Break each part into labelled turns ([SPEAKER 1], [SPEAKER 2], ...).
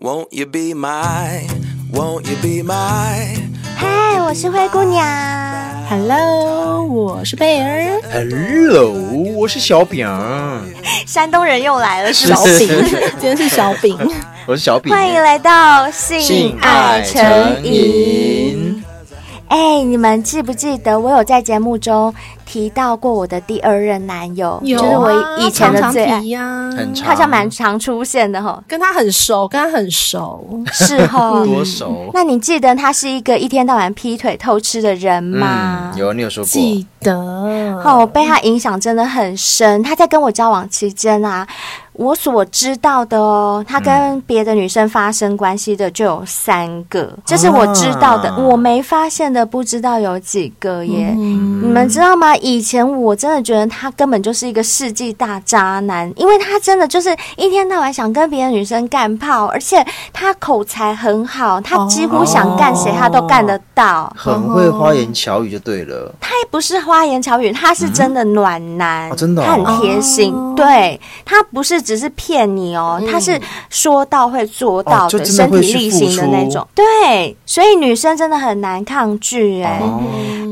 [SPEAKER 1] Won't you be my? Won't you be my?
[SPEAKER 2] 嗨，哎我是灰姑娘。
[SPEAKER 3] Hello，我是贝儿。
[SPEAKER 4] Hello，我是小饼，
[SPEAKER 2] 山东人又来了，是吧？
[SPEAKER 3] 小饼， 今天是小饼。
[SPEAKER 4] 我是小饼。
[SPEAKER 2] 欢迎来到性爱成瘾。
[SPEAKER 4] 瘾。
[SPEAKER 2] 哎，你们记不记得我有在节目中提到过我的第二任男友，
[SPEAKER 3] 有
[SPEAKER 2] 就是我
[SPEAKER 3] 啊
[SPEAKER 2] 以前的最
[SPEAKER 3] 常
[SPEAKER 2] 爱
[SPEAKER 3] 常提，呀，
[SPEAKER 4] 很
[SPEAKER 2] 他
[SPEAKER 4] 长，
[SPEAKER 2] 好像蛮常出现的 哈。
[SPEAKER 3] 跟他很熟，跟他很熟。
[SPEAKER 2] 是哈。
[SPEAKER 4] 多熟。
[SPEAKER 2] 那你记得他是一个一天到晚劈腿偷吃的人吗？
[SPEAKER 4] 嗯，有你有说过，
[SPEAKER 3] 记得
[SPEAKER 2] 哦，被他影响真的很深。他在跟我交往期间啊，我所知道的哦，他跟别的女生发生关系的就有三个，这是我知道的，
[SPEAKER 4] 啊
[SPEAKER 2] 我没发现的不知道有几个耶。
[SPEAKER 3] 嗯
[SPEAKER 2] 你们知道吗？以前我真的觉得他根本就是一个世纪大渣男，因为他真的就是一天到晚想跟别的女生干炮，而且他口才很好，他几乎想干谁他都干得到。
[SPEAKER 4] 很会花言巧语就对了。
[SPEAKER 2] 他也不是花言巧语，他是真的暖男，
[SPEAKER 4] 嗯嗯哦真的哦
[SPEAKER 2] 他很贴心，
[SPEAKER 3] 哦
[SPEAKER 2] 对他不是只是骗你哦，他是说到会做到
[SPEAKER 4] 哦就
[SPEAKER 2] 的，
[SPEAKER 4] 真的
[SPEAKER 2] 身
[SPEAKER 4] 会
[SPEAKER 2] 体
[SPEAKER 4] 去
[SPEAKER 2] 力行的
[SPEAKER 4] 付出
[SPEAKER 2] 那种。对，所以女生真的很难抗拒哎、
[SPEAKER 4] 哦，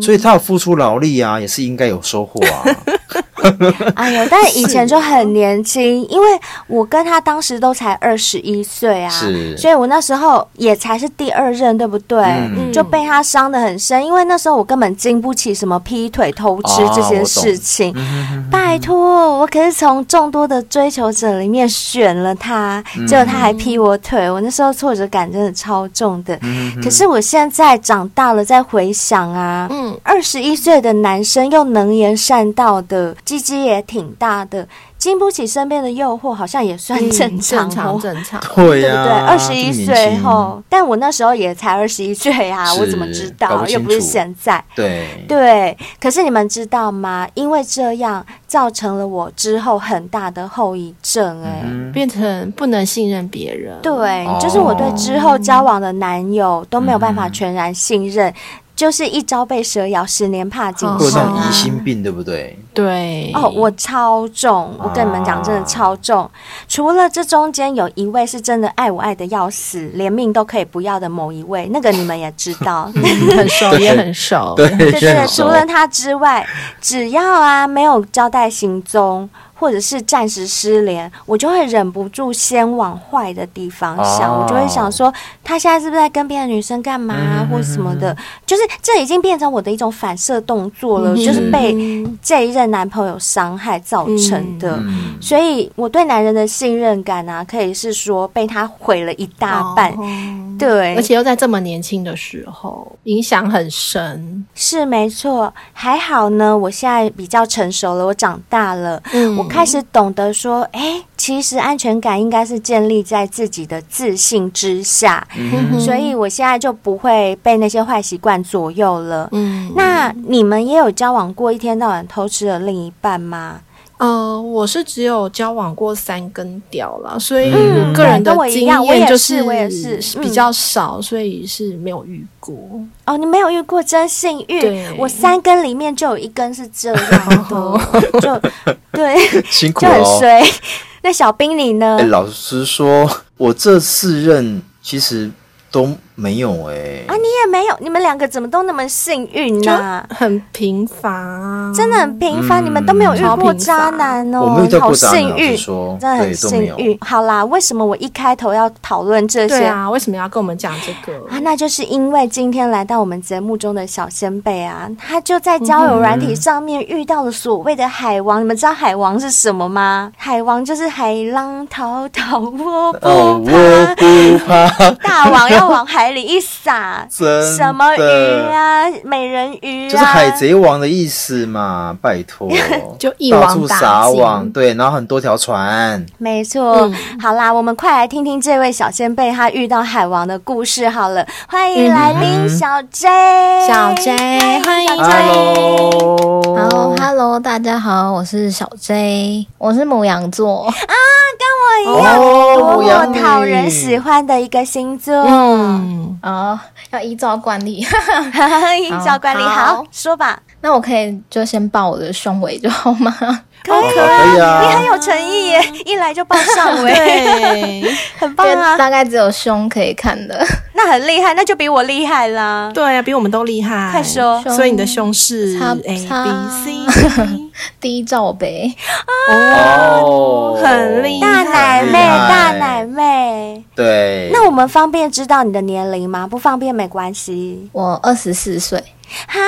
[SPEAKER 4] 所以他有付出劳力啊，也是应该有收获 啊。
[SPEAKER 2] 哎呦，但以前就很年轻，因为我跟他当时都才二十一岁啊，
[SPEAKER 4] 是
[SPEAKER 2] 所以我那时候也才是第二任，对不对？
[SPEAKER 4] 嗯
[SPEAKER 2] 就被他伤得很深，因为那时候我根本经不起什么劈腿、偷吃
[SPEAKER 4] 哦
[SPEAKER 2] 这些
[SPEAKER 4] 我懂嗯
[SPEAKER 2] 事情。拜托，我可是从众多的追求者里面选了他，
[SPEAKER 4] 嗯
[SPEAKER 2] 结果他还劈我腿，我那时候挫折感真的超重
[SPEAKER 4] 嗯
[SPEAKER 2] 的。可是我现在长大了，再回想啊，
[SPEAKER 3] 嗯
[SPEAKER 2] 二十一岁的男生又能言善道的，鸡鸡也挺大的，经不起身边的诱惑，好像也算正常、哦
[SPEAKER 3] 嗯正常正常。
[SPEAKER 4] 对
[SPEAKER 2] 对
[SPEAKER 4] 啊呀、
[SPEAKER 2] 不对？二十一岁， 后，但我那时候也才二十一岁啊，
[SPEAKER 4] 是
[SPEAKER 2] 我怎么知
[SPEAKER 4] 搞
[SPEAKER 2] 道？
[SPEAKER 4] 不清
[SPEAKER 2] 又
[SPEAKER 4] 楚嗯
[SPEAKER 2] 不是现在。
[SPEAKER 4] 对，
[SPEAKER 2] 对，可是你们知道吗？因为这样造成了我之后很大的后遗症、哎、
[SPEAKER 4] 嗯，
[SPEAKER 3] 变成不能信任别人，
[SPEAKER 2] 对
[SPEAKER 4] 哦，嗯
[SPEAKER 2] 就是我对之后交往的男友都没有办法全然信任，就是一朝被蛇咬，十年怕井
[SPEAKER 3] 哦
[SPEAKER 4] 会有
[SPEAKER 2] 绳
[SPEAKER 4] 那种
[SPEAKER 2] 啊
[SPEAKER 4] 疑。心病，对不对？
[SPEAKER 3] 对
[SPEAKER 2] 哦，我超重，我跟你们讲，真
[SPEAKER 4] 啊
[SPEAKER 2] 的超重。除了这中间有一位是真的爱我爱的要死，连命都可以不要的某一位，那个你们也知 道。
[SPEAKER 3] 很熟也很熟，
[SPEAKER 4] 对
[SPEAKER 2] 对
[SPEAKER 4] 这
[SPEAKER 2] 对，
[SPEAKER 4] 样
[SPEAKER 2] 除
[SPEAKER 4] 熟
[SPEAKER 2] 了他之外，只要啊没有交代行踪或者是暂时失联，我就会忍不住先往坏的地方想，
[SPEAKER 4] 哦嗯
[SPEAKER 2] 我就会想说他现在是不是在跟别的女生干嘛、啊、或什么的，就是这已经变成我的一种反射动作
[SPEAKER 4] 嗯
[SPEAKER 2] 了，就是被
[SPEAKER 3] 嗯
[SPEAKER 2] 这一任男朋友伤害造成的。
[SPEAKER 4] 嗯，
[SPEAKER 2] 所以我对男人的信任感啊，可以是说被他毁了一大半。
[SPEAKER 3] 哦
[SPEAKER 2] 对，
[SPEAKER 3] 而且又在这么年轻的时候，影响很深。
[SPEAKER 2] 是没错，还好呢。我现在比较成熟了，我长大了，
[SPEAKER 3] 嗯
[SPEAKER 2] 我开始懂得说，哎、其实安全感应该是建立在自己的自信之下，
[SPEAKER 3] 嗯
[SPEAKER 2] 所以我现在就不会被那些坏习惯左右了。
[SPEAKER 3] 嗯，
[SPEAKER 2] 那你们也有交往过一天到晚偷吃的另一半吗？
[SPEAKER 3] 呃，我是只有交往过三根屌啦，所以
[SPEAKER 2] 嗯
[SPEAKER 3] 我个人的
[SPEAKER 2] 跟我一
[SPEAKER 3] 经
[SPEAKER 2] 样
[SPEAKER 3] 验就
[SPEAKER 2] 我也是我也是嗯
[SPEAKER 3] 比较少，所以是没有遇过。
[SPEAKER 2] 哦，你没有遇过真幸运
[SPEAKER 3] 对，
[SPEAKER 2] 我三根里面就有一根是这 样的，就 对，
[SPEAKER 4] 辛苦
[SPEAKER 2] 就很
[SPEAKER 4] 哦。
[SPEAKER 2] 衰。那小兵你呢
[SPEAKER 4] 哎、？老实说，我这四任其实都没有哎、
[SPEAKER 2] 啊，你也没有，你们两个怎么都那么幸运
[SPEAKER 3] 就
[SPEAKER 2] 呢、
[SPEAKER 3] 很啊平凡，
[SPEAKER 2] 真的很平凡，
[SPEAKER 4] 嗯
[SPEAKER 2] 你们都没有遇
[SPEAKER 3] 超
[SPEAKER 2] 过
[SPEAKER 3] 平
[SPEAKER 2] 渣
[SPEAKER 3] 凡
[SPEAKER 2] 男
[SPEAKER 4] 我
[SPEAKER 2] 哦
[SPEAKER 4] 没有遇，到
[SPEAKER 2] 好
[SPEAKER 4] 过渣男，
[SPEAKER 2] 幸
[SPEAKER 4] 老
[SPEAKER 2] 运
[SPEAKER 4] 实，说，
[SPEAKER 2] 真的很
[SPEAKER 4] 对，都没
[SPEAKER 2] 幸
[SPEAKER 4] 有。
[SPEAKER 2] 运。好啦，为什么我一开头要讨论这
[SPEAKER 3] 对
[SPEAKER 2] 些？
[SPEAKER 3] 啊，为什么要跟我们讲这个？，
[SPEAKER 2] 啊，那就是因为今天来到我们节目中的小先贝啊，他就在
[SPEAKER 4] 嗯
[SPEAKER 2] 交友软体上面遇到了所谓的海王。你们知道海王是什么吗？海王就是海浪滔滔，我
[SPEAKER 4] 哦，
[SPEAKER 2] 不
[SPEAKER 4] 我
[SPEAKER 2] 怕，
[SPEAKER 4] 不怕，，
[SPEAKER 2] 大王要往海里一撒
[SPEAKER 4] 真
[SPEAKER 2] 什么鱼
[SPEAKER 4] 的
[SPEAKER 2] 啊，美人鱼啊，
[SPEAKER 4] 就是海贼王的意思嘛，拜托
[SPEAKER 3] 就一
[SPEAKER 4] 到
[SPEAKER 3] 网
[SPEAKER 4] 处
[SPEAKER 3] 打
[SPEAKER 4] 撒
[SPEAKER 3] 尽
[SPEAKER 4] 网，对，然后很多条船，
[SPEAKER 2] 没错，
[SPEAKER 4] 嗯
[SPEAKER 2] 好啦，我们快来听听这位小先辈他遇到海王的故事好了。欢迎来
[SPEAKER 4] 嗯
[SPEAKER 2] 宾小 J，、
[SPEAKER 3] 小 J，欢迎
[SPEAKER 2] 哎小 J
[SPEAKER 4] Hello，
[SPEAKER 5] 然后 h e l l o 大家好，我是小 J，我是母羊 座，
[SPEAKER 2] 跟我一样，
[SPEAKER 4] 哦
[SPEAKER 2] 多
[SPEAKER 4] 母羊
[SPEAKER 2] 么
[SPEAKER 4] 女
[SPEAKER 2] 讨人喜欢的一个星座。
[SPEAKER 3] 嗯，
[SPEAKER 5] 哦，要依照惯例，
[SPEAKER 2] 营销管理好
[SPEAKER 5] 好
[SPEAKER 2] 说吧。
[SPEAKER 5] 那我可以就先报我的胸围就好吗？
[SPEAKER 2] 可以
[SPEAKER 4] 哦可以啊
[SPEAKER 2] 你很有诚意耶，一来就报上位，
[SPEAKER 3] 对
[SPEAKER 2] 很
[SPEAKER 5] 因
[SPEAKER 2] 棒
[SPEAKER 5] 为
[SPEAKER 2] 啊，
[SPEAKER 5] 大概只有胸可以看的，
[SPEAKER 2] 那很厉害，那就比我厉害啦。
[SPEAKER 3] 对啊，比我们都厉 害。
[SPEAKER 2] 快说
[SPEAKER 3] 所以你的胸是
[SPEAKER 5] 叉
[SPEAKER 3] A B
[SPEAKER 5] 叉
[SPEAKER 3] C，
[SPEAKER 5] 第一罩杯，
[SPEAKER 4] 哦，
[SPEAKER 3] 很厉害
[SPEAKER 2] 大奶妹，大奶
[SPEAKER 4] 妹，
[SPEAKER 2] 妹，
[SPEAKER 4] 对，
[SPEAKER 2] 那我们方便知道你的年龄吗？不方便没关系。
[SPEAKER 5] 我二十四岁，
[SPEAKER 2] 哈，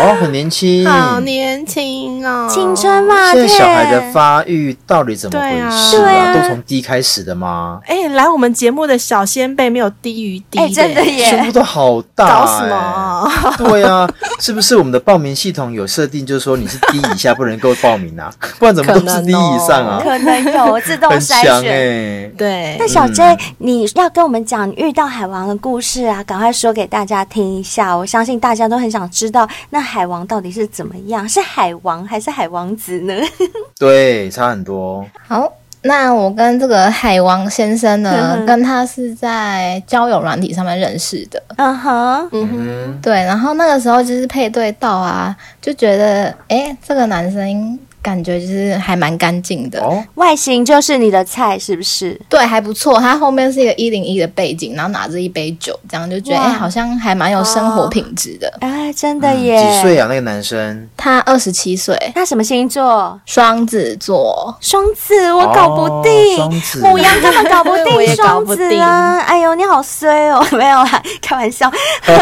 [SPEAKER 4] 哦，很年轻，
[SPEAKER 3] 好年轻哦，
[SPEAKER 2] 青春嘛，
[SPEAKER 4] 现在小
[SPEAKER 2] 对
[SPEAKER 4] 孩的发育到底怎么回事
[SPEAKER 2] 对啊对啊
[SPEAKER 4] 都从低开始的吗？
[SPEAKER 3] 哎、来我们节目的小先辈没有低于低、
[SPEAKER 2] 哎，真的耶，
[SPEAKER 4] 全部都好大、
[SPEAKER 3] 搞什么啊？
[SPEAKER 4] 哎？ 对啊，是不是我们的报名系统有设定，就是说你是低以下不能够报名啊？ 不然怎么都是低
[SPEAKER 5] 哦
[SPEAKER 4] 以上啊？
[SPEAKER 2] 可能有自动
[SPEAKER 4] 很
[SPEAKER 2] 筛
[SPEAKER 4] 强哎、
[SPEAKER 2] 选。
[SPEAKER 3] 对
[SPEAKER 2] 那，小 J，、你要跟我们讲遇到海王的故事啊，赶快说给大家听一下。我相信大家都很想知道，那海王到底是怎么样？是海王还是海王子 呢？
[SPEAKER 4] 对，差很多。
[SPEAKER 5] 好。那我跟这个海王先生
[SPEAKER 2] 嗯
[SPEAKER 5] 呢
[SPEAKER 2] 哼，
[SPEAKER 5] 跟他是在交友软体上面认识的。
[SPEAKER 2] 嗯哼，
[SPEAKER 3] 嗯哼，
[SPEAKER 4] 嗯，
[SPEAKER 5] 对，然后那个时候就是配对到啊，就觉得诶，这个男生感觉就是还蛮干净的，
[SPEAKER 4] 哦，
[SPEAKER 2] 外形就是你的菜，是不是？
[SPEAKER 5] 对，还不错。他后面是一个一零一的背景，然后拿着一杯酒，这样就觉得
[SPEAKER 2] 哇
[SPEAKER 5] 诶，好像还蛮有生活品质的。
[SPEAKER 2] 哎，真的耶！
[SPEAKER 4] 几岁啊？那个男生
[SPEAKER 5] 他二十七岁，
[SPEAKER 2] 他什么星座？
[SPEAKER 5] 双子座，
[SPEAKER 2] 双子，我搞不
[SPEAKER 4] 哦
[SPEAKER 2] 定。
[SPEAKER 4] 双子
[SPEAKER 2] 母羊根本搞不
[SPEAKER 3] 我
[SPEAKER 2] 定
[SPEAKER 3] 也搞
[SPEAKER 2] 双
[SPEAKER 3] 不
[SPEAKER 2] 子啊！哎呦，你好衰哦！ 没有啦，开玩笑。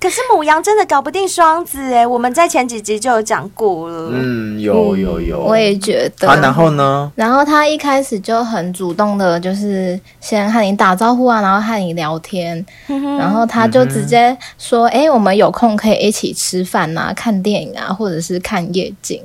[SPEAKER 2] 可是母羊真的搞不定双子哎，我们在前几集就有讲过了。
[SPEAKER 4] 嗯，有有有。
[SPEAKER 5] 我也觉得。
[SPEAKER 4] 啊，然后呢？
[SPEAKER 5] 然后他一开始就很主动的，就是先和你打招呼啊，然后和你聊天，
[SPEAKER 2] 嗯
[SPEAKER 5] 然后他就
[SPEAKER 4] 嗯
[SPEAKER 5] 直接说：“哎、我们有空可以一起吃饭呐、看电影啊，或者是看夜景。”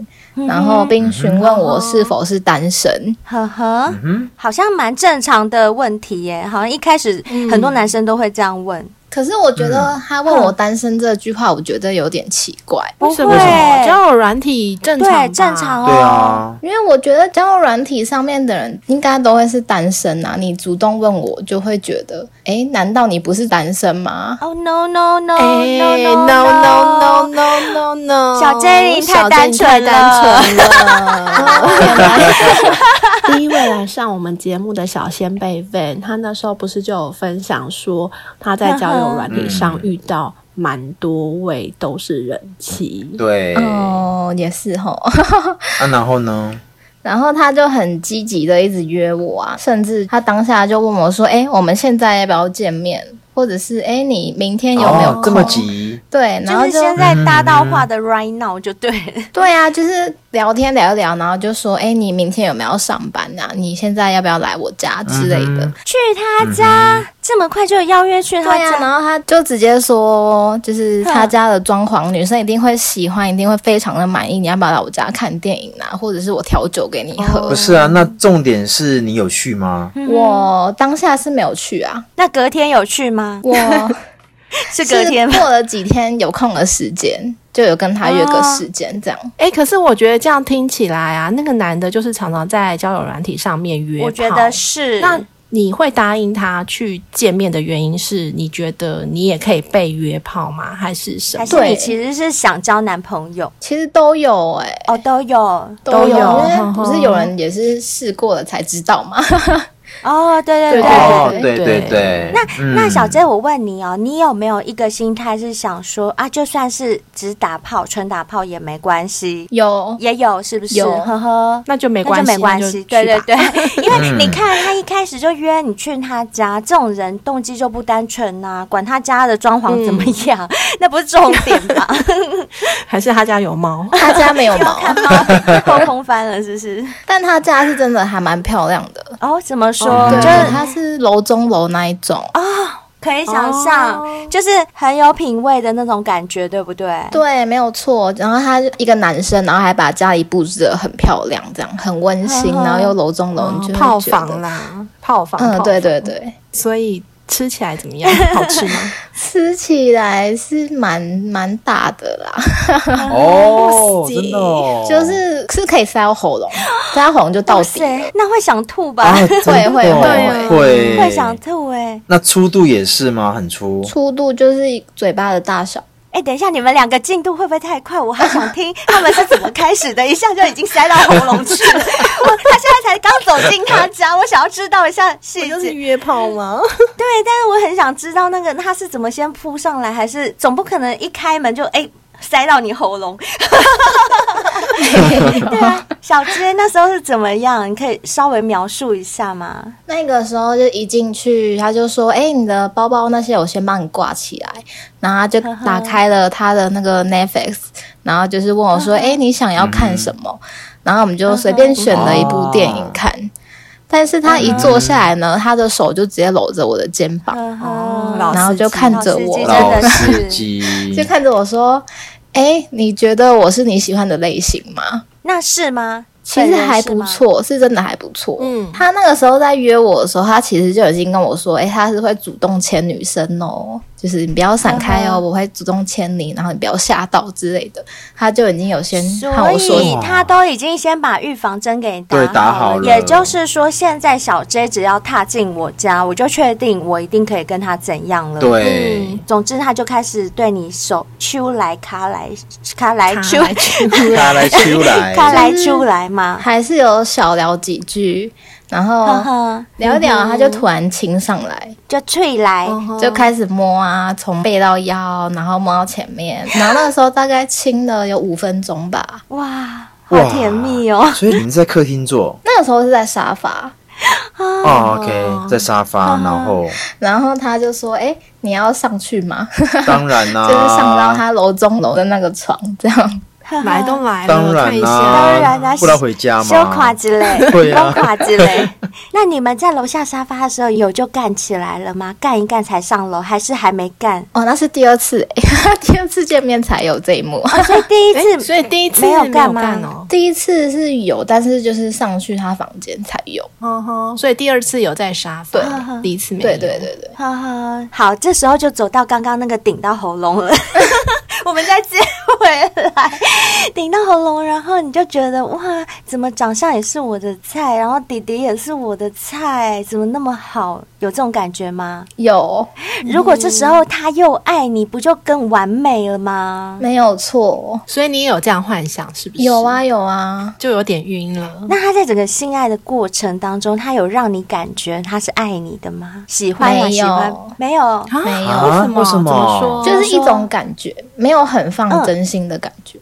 [SPEAKER 5] 然后并询问我是否是单身。
[SPEAKER 2] 呵呵，
[SPEAKER 4] 嗯
[SPEAKER 2] 好像蛮正常的问题耶，好像一开始很多男生都会这样问。
[SPEAKER 5] 可是我觉
[SPEAKER 4] 嗯
[SPEAKER 5] 得他问我单身这句话，我觉得有点奇怪，
[SPEAKER 2] 不
[SPEAKER 3] 为什么
[SPEAKER 2] 会
[SPEAKER 3] 交友软体正常吧
[SPEAKER 2] 对，正常哦。
[SPEAKER 4] 哼，对啊，
[SPEAKER 5] 因为我觉得交友软体上面的人应该都会是单身啊。你主动问我，就会觉得，哎，难道你不是单身吗？
[SPEAKER 2] 哦 no no no
[SPEAKER 3] 哎
[SPEAKER 2] no no
[SPEAKER 3] no no no no no，
[SPEAKER 2] 哦小 J，你太
[SPEAKER 3] 小 J，你太
[SPEAKER 2] 单
[SPEAKER 3] 单纯 了。第一位来上我们节目的小先辈 Van，他那时候不是就有分享说他在交友软
[SPEAKER 4] 嗯
[SPEAKER 3] 体上遇到蛮多位都是人妻，
[SPEAKER 4] 对。
[SPEAKER 5] 哦， 也是吼。
[SPEAKER 4] 啊，然后呢？
[SPEAKER 5] 然后他就很积极的一直约我啊，甚至他当下就问我说：“哎，我们现在要不要见面？或者是哎，你明天有没有
[SPEAKER 4] 哦
[SPEAKER 5] 空？”
[SPEAKER 4] 这么急？
[SPEAKER 5] 对，然
[SPEAKER 2] 就
[SPEAKER 5] 后
[SPEAKER 2] 是
[SPEAKER 5] 就
[SPEAKER 2] 现在搭到话的 right now 就对了。
[SPEAKER 5] 对啊，就是聊天聊一聊，然后就说：“哎，你明天有没有要上班啊？你现在要不要来我家之类
[SPEAKER 4] 嗯
[SPEAKER 5] 的？”
[SPEAKER 2] 去他家、啊这么快就有邀约去他
[SPEAKER 5] 对呀、啊
[SPEAKER 2] 家，
[SPEAKER 5] 然后他就直接说，就是他家的装潢，女生一定会喜欢，一定会非常的满意。你要不要来我家看电影啊？或者是我调酒给你喝？
[SPEAKER 2] 哦
[SPEAKER 4] 不是啊，那重点是你有去吗？
[SPEAKER 5] 我当下是没有去啊，
[SPEAKER 2] 那隔天有去吗？
[SPEAKER 5] 我
[SPEAKER 2] 是隔
[SPEAKER 5] 是
[SPEAKER 2] 天吗？
[SPEAKER 5] 过了几天有空的时间，就有跟他约个时间这样。
[SPEAKER 2] 哦
[SPEAKER 3] 哎、可是我觉得这样听起来啊，那个男的就是常常在交友软体上面约炮，
[SPEAKER 2] 我觉得是。
[SPEAKER 3] 那你会答应他去见面的原因是你觉得你也可以被约炮吗？还是什么
[SPEAKER 2] 还？是你
[SPEAKER 5] 对
[SPEAKER 2] 其实是想交男朋友
[SPEAKER 5] 其实都有哎、
[SPEAKER 2] 哦，都有
[SPEAKER 3] 都有
[SPEAKER 5] 因为
[SPEAKER 3] 哼
[SPEAKER 5] 不
[SPEAKER 3] 哼
[SPEAKER 5] 是有人也是试过了才知道嘛。
[SPEAKER 2] 哦，对对
[SPEAKER 5] 对
[SPEAKER 4] 哦，
[SPEAKER 5] 对
[SPEAKER 4] 对对对。
[SPEAKER 2] 那、
[SPEAKER 4] 嗯
[SPEAKER 2] 那小 J，我问你哦，你有没有一个心态是想说啊，就算是只打炮、纯打炮也没关系？
[SPEAKER 5] 有
[SPEAKER 2] 也有是不是？
[SPEAKER 5] 有
[SPEAKER 2] 呵呵，
[SPEAKER 3] 那就没
[SPEAKER 2] 那
[SPEAKER 3] 关
[SPEAKER 2] 就
[SPEAKER 3] 系，
[SPEAKER 2] 没关系，
[SPEAKER 3] 那
[SPEAKER 2] 对
[SPEAKER 3] 就
[SPEAKER 2] 对
[SPEAKER 3] 去吧
[SPEAKER 2] 对，因为
[SPEAKER 4] 嗯
[SPEAKER 2] 你看他一开始就约你去他家，这种人动机就不单纯呐、管他家的装潢怎么样， 那不是重点吧？
[SPEAKER 3] 还是他家有猫？
[SPEAKER 5] 他家没 有
[SPEAKER 2] 要
[SPEAKER 5] 毛，
[SPEAKER 2] 看猫被后空翻了，是不是？
[SPEAKER 5] 但他家是真的还蛮漂亮的。
[SPEAKER 2] 哦，怎么说？
[SPEAKER 4] 哦
[SPEAKER 5] 就
[SPEAKER 2] 就是是
[SPEAKER 5] 它是楼中楼那一种。
[SPEAKER 2] 可以想象，
[SPEAKER 3] 哦
[SPEAKER 2] 就是很有品味的那种感觉，对不对？
[SPEAKER 5] 对，没有错。然后他一个男生，然后还把家里布置的很漂亮，这样很温馨，
[SPEAKER 2] 呵呵
[SPEAKER 5] 然后又楼中楼，你就
[SPEAKER 3] 嗯
[SPEAKER 5] 会
[SPEAKER 3] 炮
[SPEAKER 5] 觉得
[SPEAKER 3] 房。啦，炮房。
[SPEAKER 5] 嗯
[SPEAKER 3] 炮，房
[SPEAKER 5] 对对。对，
[SPEAKER 3] 所以吃起来怎么样？好吃吗？
[SPEAKER 5] 吃起来是蛮蛮大的啦，
[SPEAKER 4] 哦，
[SPEAKER 3] 不行
[SPEAKER 4] 真的哦，
[SPEAKER 5] 就是是可以塞到喉咙，塞到喉咙就到
[SPEAKER 2] 哇
[SPEAKER 5] 底了。
[SPEAKER 2] 塞，那会想吐吧？
[SPEAKER 4] 啊， 真的哦
[SPEAKER 5] 会会会
[SPEAKER 4] 会
[SPEAKER 2] 会想。吐哎、
[SPEAKER 4] 那粗度也是吗？很粗
[SPEAKER 5] 粗度就是嘴巴的大小，
[SPEAKER 2] 哎，等一下，你们两个进度会不会太快？我还想听 他们是怎么开始的，一下就已经塞到喉咙去了。我他现在才刚走进他家，我想要知道一下细
[SPEAKER 3] 不就是
[SPEAKER 2] 节。
[SPEAKER 3] 约炮吗？
[SPEAKER 2] 对，但是我很想知道那个他是怎么先扑上来，还是总不可能一开门就哎。塞到你喉咙， 对啊，小芝那时候是怎么样？你可以稍微描述一下吗？
[SPEAKER 5] 那个时候就一进去，他就说：“哎、你的包包那些我先帮你挂起来。”然后他就打开了他的那个 Netflix，然后就是问我说：“哎、你想要看什么？”然后我们就随便选了一部电影看。但是他一坐下来呢，他的手就直接搂着我的肩膀，
[SPEAKER 3] 嗯
[SPEAKER 2] 哦
[SPEAKER 5] 老然后就司机看着我
[SPEAKER 2] 真
[SPEAKER 5] 嗯老
[SPEAKER 2] 的
[SPEAKER 4] 老司
[SPEAKER 2] 是。
[SPEAKER 4] 机，
[SPEAKER 5] 就看着我说：“哎、你觉得我是你喜欢的类型吗
[SPEAKER 2] 那是吗？？”
[SPEAKER 5] 其实还不错，是真的还不错。
[SPEAKER 3] 嗯
[SPEAKER 5] 他那个时候在约我的时候，他其实就已经跟我说，哎、他是会主动牵女生哦，就是你不要闪开
[SPEAKER 2] 嗯
[SPEAKER 5] 哦，我会主本人主动牵你，然后你不要吓到之类的。他就已经有先
[SPEAKER 2] 本人是
[SPEAKER 5] 和
[SPEAKER 2] 吗。
[SPEAKER 5] 我
[SPEAKER 2] 所
[SPEAKER 5] 说，
[SPEAKER 2] 以他都已经先把预防针给打
[SPEAKER 4] 对打
[SPEAKER 2] 好
[SPEAKER 4] 好
[SPEAKER 2] 了，
[SPEAKER 4] 了
[SPEAKER 2] 也就是说，现在小 J 只要踏进我家，我就确定我一定可以跟他怎样了。，
[SPEAKER 4] 对，
[SPEAKER 2] 总之他就开始对你手出来、卡来、卡来、出
[SPEAKER 3] 卡来
[SPEAKER 4] 他来出 来，
[SPEAKER 2] 卡来、出来嘛。
[SPEAKER 5] 还是有小聊几句，然
[SPEAKER 2] 呵
[SPEAKER 5] 后
[SPEAKER 2] 呵，
[SPEAKER 5] 聊一聊，他就突然亲上来，
[SPEAKER 2] 就脆来，
[SPEAKER 5] 就开始摸啊，从背到腰，然后摸到前面，然后那个时候大概亲了有五分钟吧。
[SPEAKER 2] 哇，
[SPEAKER 4] 哇
[SPEAKER 2] 好甜蜜哦！
[SPEAKER 4] 所以你们在客厅坐
[SPEAKER 5] 那个时候是在沙发，
[SPEAKER 4] 哦，OK，在沙发，然后
[SPEAKER 5] 然后他就说：“哎、你要上去吗？”
[SPEAKER 4] 当然啊啦，
[SPEAKER 5] 就是上到他楼中楼的那个床，这样。
[SPEAKER 3] 来都来了，
[SPEAKER 4] 当然
[SPEAKER 3] 看一下
[SPEAKER 4] 啦，
[SPEAKER 2] 当然啦
[SPEAKER 4] 不然回家嘛，
[SPEAKER 2] 羞垮之类，
[SPEAKER 4] 对啊
[SPEAKER 2] 崩垮之类。那你们在楼下沙发的时候有就干起来了吗？干一干才上楼，还是还没干？
[SPEAKER 5] 哦，那是第二次、 欸，第二次见面才有这一幕。
[SPEAKER 2] 所以第一
[SPEAKER 3] 哎
[SPEAKER 2] 次，
[SPEAKER 3] 所以第一次
[SPEAKER 2] 没有干
[SPEAKER 3] 干
[SPEAKER 2] 吗
[SPEAKER 3] 哦，
[SPEAKER 5] 第一次是有，但是就是上去他房间才有。
[SPEAKER 3] 哼嗯哼，所以第二次有在沙发，
[SPEAKER 5] 对
[SPEAKER 3] 第一次没有。
[SPEAKER 5] 对对对对，
[SPEAKER 2] 呵呵，好，这时候就走到刚刚那个顶到喉咙了， 我们再接回来，顶到喉咙，然后你就觉得哇，怎么长相也是我的菜，然后弟弟也是我的菜，怎么那么好？有这种感觉吗？
[SPEAKER 5] 有
[SPEAKER 2] 如果这时候他又爱你，不就更完美了吗？
[SPEAKER 5] 没有错？
[SPEAKER 3] 所以你也有这样幻想是不是？
[SPEAKER 5] 有，啊有啊，
[SPEAKER 3] 就有点晕了。
[SPEAKER 2] 那他在整个性爱的过程当中，他有让你感觉他是爱你的吗？喜欢吗？
[SPEAKER 5] 没
[SPEAKER 2] 喜
[SPEAKER 5] 有
[SPEAKER 2] 欢没有？
[SPEAKER 5] 没有
[SPEAKER 4] 啊
[SPEAKER 3] 为
[SPEAKER 4] 为什
[SPEAKER 3] 什么？怎
[SPEAKER 4] 么
[SPEAKER 3] 么说？
[SPEAKER 5] 就是一种感觉，没有很
[SPEAKER 2] 嗯
[SPEAKER 5] 放真心的感觉。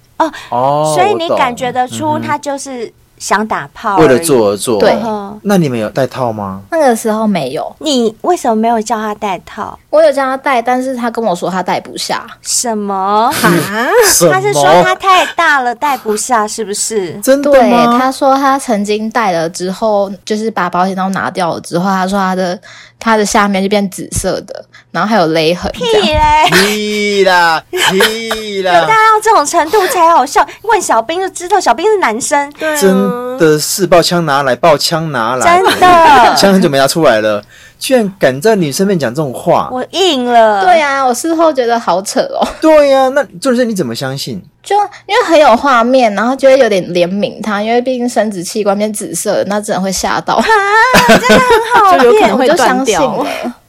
[SPEAKER 4] 哦，
[SPEAKER 2] 所以
[SPEAKER 4] 我
[SPEAKER 2] 你
[SPEAKER 4] 懂
[SPEAKER 2] 感觉得出
[SPEAKER 4] 嗯哼
[SPEAKER 2] 他就是想打炮而已，
[SPEAKER 4] 为了做而做，
[SPEAKER 5] 对
[SPEAKER 2] 嗯。
[SPEAKER 4] 那你们有戴套吗？
[SPEAKER 5] 那个时候没有，
[SPEAKER 2] 你为什么没有叫他戴套？
[SPEAKER 5] 我有叫他戴，但是他跟我说他戴不下。
[SPEAKER 2] 什么？
[SPEAKER 3] 啊，
[SPEAKER 4] 什
[SPEAKER 2] 他是说他太大了，戴不下，是不是？
[SPEAKER 4] 真的
[SPEAKER 5] 对，
[SPEAKER 4] 吗？
[SPEAKER 5] 他说他曾经戴了之后，就是把保险套拿掉了之后，他说他的他的下面就变紫色的，然后还有勒痕这
[SPEAKER 2] 屁
[SPEAKER 5] 样。
[SPEAKER 2] 嘞！
[SPEAKER 4] 屁啦 屁
[SPEAKER 2] 大
[SPEAKER 4] 啦，
[SPEAKER 2] 家到这种程度才好笑。问小兵就知道，小兵是男生，
[SPEAKER 3] 对啊
[SPEAKER 4] 真的是爆枪拿来，爆枪拿来
[SPEAKER 2] 真，的，
[SPEAKER 4] 枪很久没拿出来了，居然敢在女生面讲这种话，
[SPEAKER 2] 我硬了。
[SPEAKER 5] 对啊，我事后觉得好扯哦，
[SPEAKER 4] 对呀、那重点是你怎么相信？
[SPEAKER 5] 就因为很有画面，然后觉得有点怜悯他，因为毕竟生殖器官变紫色的，那真的会吓到，
[SPEAKER 2] 好
[SPEAKER 3] 就有可
[SPEAKER 2] 骗
[SPEAKER 3] 能
[SPEAKER 5] 我
[SPEAKER 3] 会
[SPEAKER 5] 就
[SPEAKER 3] 断
[SPEAKER 5] 相信
[SPEAKER 3] 掉。
[SPEAKER 5] 了。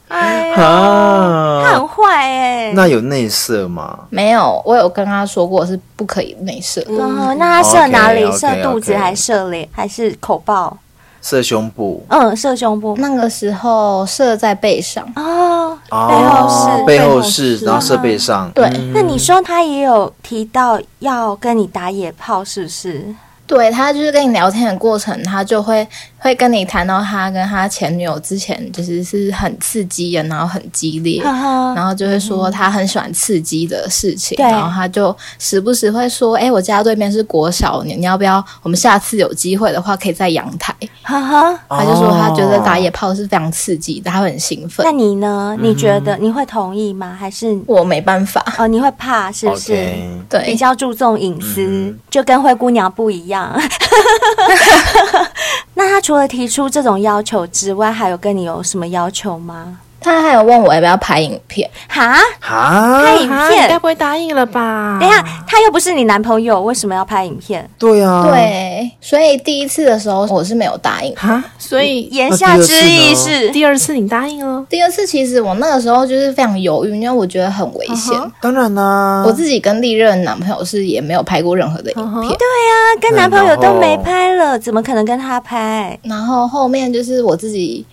[SPEAKER 2] 哎呀，他
[SPEAKER 4] 啊
[SPEAKER 2] 很，坏哎。
[SPEAKER 4] 那有内射吗？
[SPEAKER 5] 没有，我有跟他说过是不可以内射的，
[SPEAKER 2] 哦，那他射哪里？射
[SPEAKER 4] OK，OK，OK
[SPEAKER 2] 肚子还是射脸还是口爆？
[SPEAKER 4] 射胸部
[SPEAKER 2] 嗯，射胸部。
[SPEAKER 5] 那个时候射在背上，
[SPEAKER 2] 哦，背后
[SPEAKER 4] 哦
[SPEAKER 2] 是，
[SPEAKER 4] 背
[SPEAKER 3] 后
[SPEAKER 4] 后
[SPEAKER 3] 是
[SPEAKER 4] 是，然后射背上，
[SPEAKER 5] 对
[SPEAKER 4] 嗯
[SPEAKER 2] 那你说他也有提到要跟你打野炮，是不是？
[SPEAKER 5] 对他就是跟你聊天的过程，他就会会跟你谈到他跟他前女友之前就是是很刺激的，然后很激烈，
[SPEAKER 2] 哈哈，
[SPEAKER 5] 然后就会说他很喜欢刺激的事情，
[SPEAKER 2] 对
[SPEAKER 5] 然后他就时不时会说：“哎、我家对面是国小，你你要不要？我们下次有机会的话，可以在阳台。
[SPEAKER 2] 哈哈。
[SPEAKER 5] 他就说他觉得打野
[SPEAKER 4] 眼，
[SPEAKER 5] 炮是非常刺激的，他会很兴奋
[SPEAKER 2] 那。你呢？你觉得你会同意吗？还是
[SPEAKER 5] 我没办法，
[SPEAKER 2] 哦，你会怕
[SPEAKER 4] 嗯
[SPEAKER 2] 是不是
[SPEAKER 4] OK
[SPEAKER 5] 对
[SPEAKER 2] 比，较注重隐私，
[SPEAKER 4] 嗯
[SPEAKER 2] 就跟灰姑娘不一样。 那他除了提出这种要求之外，还有跟你有什么要求吗？
[SPEAKER 5] 他还有问我要不要拍影片，
[SPEAKER 2] 哈，
[SPEAKER 4] 啊，
[SPEAKER 2] 拍影
[SPEAKER 3] 啊，你该
[SPEAKER 2] 片？
[SPEAKER 3] 不会答应了吧？
[SPEAKER 2] 等一下，他又不是你男朋友，为什么要拍影片？
[SPEAKER 4] 对啊，，
[SPEAKER 2] 哦
[SPEAKER 5] 对，所以第一次的时候我是没有答应。
[SPEAKER 3] 啊，所以
[SPEAKER 2] 言下之意是，
[SPEAKER 3] 啊第二次你答应了，
[SPEAKER 5] 第二次其实我那个时候就是非常犹豫，因为我觉得很危险。
[SPEAKER 4] 当然啦、
[SPEAKER 5] 我自己跟历任男朋友是也没有拍过任何的影片。
[SPEAKER 2] 他跟男朋友
[SPEAKER 4] 然
[SPEAKER 2] 都
[SPEAKER 4] 后
[SPEAKER 2] 没拍了，怎么可能跟他拍？
[SPEAKER 5] 然后后面就是我自己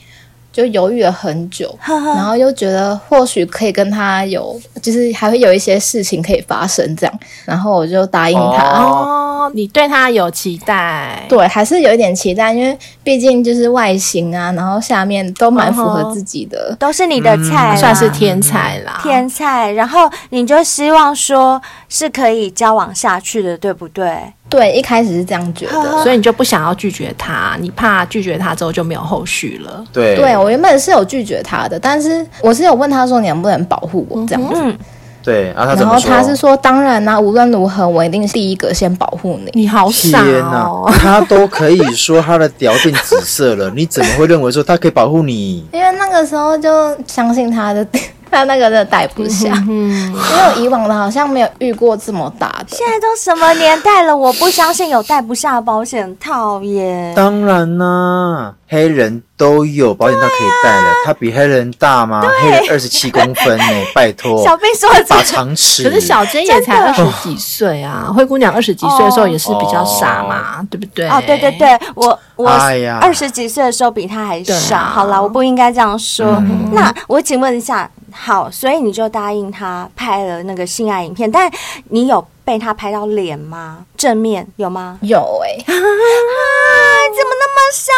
[SPEAKER 5] 就犹豫了很久，
[SPEAKER 2] 呵呵
[SPEAKER 5] 然后又觉得或许可以跟他有，就是还会有一些事情可以发生这样，然后我就答应他。
[SPEAKER 3] 哦，你对他有期待，
[SPEAKER 5] 对，还是有一点期待，因为毕竟就是外形啊，然后下面都蛮符合自己的。
[SPEAKER 2] 都是你的菜啦，
[SPEAKER 5] 嗯
[SPEAKER 3] 算是天才啦，
[SPEAKER 2] 天菜，然后你就希望说是可以交往下去的，对不对？
[SPEAKER 5] 对，一开始是这样觉
[SPEAKER 2] 呵
[SPEAKER 5] 得。
[SPEAKER 3] 所以你就不想要拒绝他，你怕拒绝他之后就没有后续了。
[SPEAKER 4] 对
[SPEAKER 5] 对我原本是有拒绝他的，但是我是有问他说你能不能保护我这样子，
[SPEAKER 2] 嗯，
[SPEAKER 4] 对，然后他怎
[SPEAKER 5] 然
[SPEAKER 4] 么
[SPEAKER 5] 后
[SPEAKER 4] 说？
[SPEAKER 5] 他是说当然啦、啊无论如何我一定是第一个先保护你。
[SPEAKER 3] 你好
[SPEAKER 4] 天
[SPEAKER 3] 傻
[SPEAKER 4] 呐，
[SPEAKER 3] 哦！
[SPEAKER 4] 他都可以说他的屌变紫色了，你怎么会认为说他可以保护你？
[SPEAKER 5] 因为那个时候就相信他的， 他那个真的待不下。
[SPEAKER 3] 嗯，
[SPEAKER 5] 因为我以往的好像没有遇过这么大的，
[SPEAKER 2] 现在都什么年代了，我不相信有戴不下保险套耶。
[SPEAKER 4] 当然啦、黑人都有保险套可以戴
[SPEAKER 3] 啊
[SPEAKER 4] 了，他比黑人大吗？黑人二十七公分呢、 拜托，
[SPEAKER 3] 哦
[SPEAKER 2] 小贝说的
[SPEAKER 4] 把
[SPEAKER 2] 这
[SPEAKER 4] 长尺。
[SPEAKER 3] 可是小珍也才二十几岁啊，灰姑娘二十几岁的时候也是比较傻嘛，对不对？
[SPEAKER 2] 哦，对对，对，我我
[SPEAKER 4] 哎呀
[SPEAKER 2] 二十几岁的时候比他还
[SPEAKER 3] 对啊嗯
[SPEAKER 2] 少。好啦，我不应该这样说。那我请问一下，好，所以你就答应他拍了那个性爱影片，但你有被他拍到脸吗？正面有吗？
[SPEAKER 5] 有哎、
[SPEAKER 2] 啊，怎么那么傻？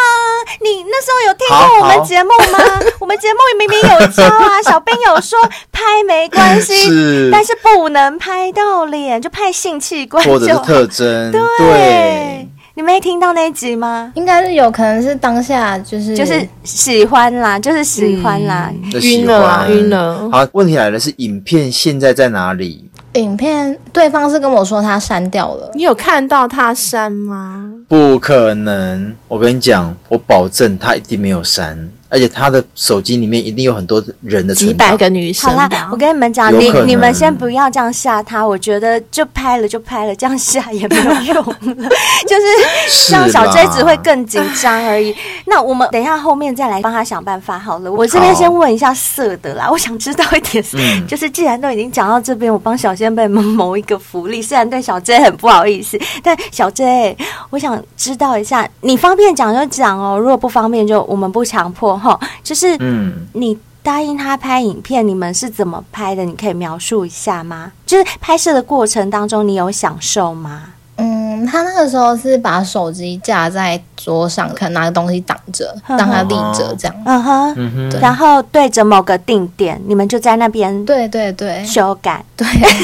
[SPEAKER 2] 你那时候有听
[SPEAKER 4] 好
[SPEAKER 2] 过我们
[SPEAKER 4] 好
[SPEAKER 2] 节目吗？ 我们节目明明有教啊，小编有说拍没关系，
[SPEAKER 4] 是，
[SPEAKER 2] 但是不能拍到脸，就拍性器官
[SPEAKER 4] 或
[SPEAKER 2] 就
[SPEAKER 4] 者是特征，对。
[SPEAKER 2] 对。你没听到那一集吗？
[SPEAKER 5] 应该是有可能是当下就是
[SPEAKER 2] 就是喜欢啦，就是喜欢啦。
[SPEAKER 4] 的喜
[SPEAKER 3] 晕了啊，
[SPEAKER 4] 欢
[SPEAKER 3] 晕了。
[SPEAKER 4] 好，问题来了，是影片现在在哪里？
[SPEAKER 5] 影片，对方是跟我说他删掉了，
[SPEAKER 3] 你有看到他删吗？
[SPEAKER 4] 不可能！我跟你讲，我保证他一定没有删，而且他的手机里面一定有很多人的
[SPEAKER 3] 几
[SPEAKER 4] 存
[SPEAKER 3] 百
[SPEAKER 4] 档。
[SPEAKER 3] 个女
[SPEAKER 2] 好
[SPEAKER 3] 生吧，
[SPEAKER 2] 啦，我跟你们讲，
[SPEAKER 4] 有
[SPEAKER 2] 你
[SPEAKER 4] 可能
[SPEAKER 2] 你们先不要这样吓他，我觉得就拍了就拍了，这样吓也没有用了， 就是
[SPEAKER 4] 是
[SPEAKER 2] 让
[SPEAKER 4] 啦
[SPEAKER 2] 小 J 只会更紧张而已。那我们等一下后面再来帮他想办法好了。我这边
[SPEAKER 4] 好
[SPEAKER 2] 先问一下色的啦，我想知道一点，
[SPEAKER 4] 嗯
[SPEAKER 2] 就是既然都已经讲到这边，我帮小仙贝谋谋一个福利，虽然对小 J 很不好意思，但小 J，我想知道一下，你方便讲就讲哦，如果不方便就我们不强迫哈，就是
[SPEAKER 4] 嗯，
[SPEAKER 2] 你答应他拍影片，你们是怎么拍的？你可以描述一下吗？就是拍摄的过程当中，你有享受吗？
[SPEAKER 5] 嗯，他那个时候是把手机架在桌上，可能拿个东西挡着，让他立着这样。
[SPEAKER 2] 嗯哼，
[SPEAKER 4] 嗯哼
[SPEAKER 2] 然后对着某个定点，你们就在那边
[SPEAKER 5] 对对对
[SPEAKER 2] 修改，
[SPEAKER 5] 对，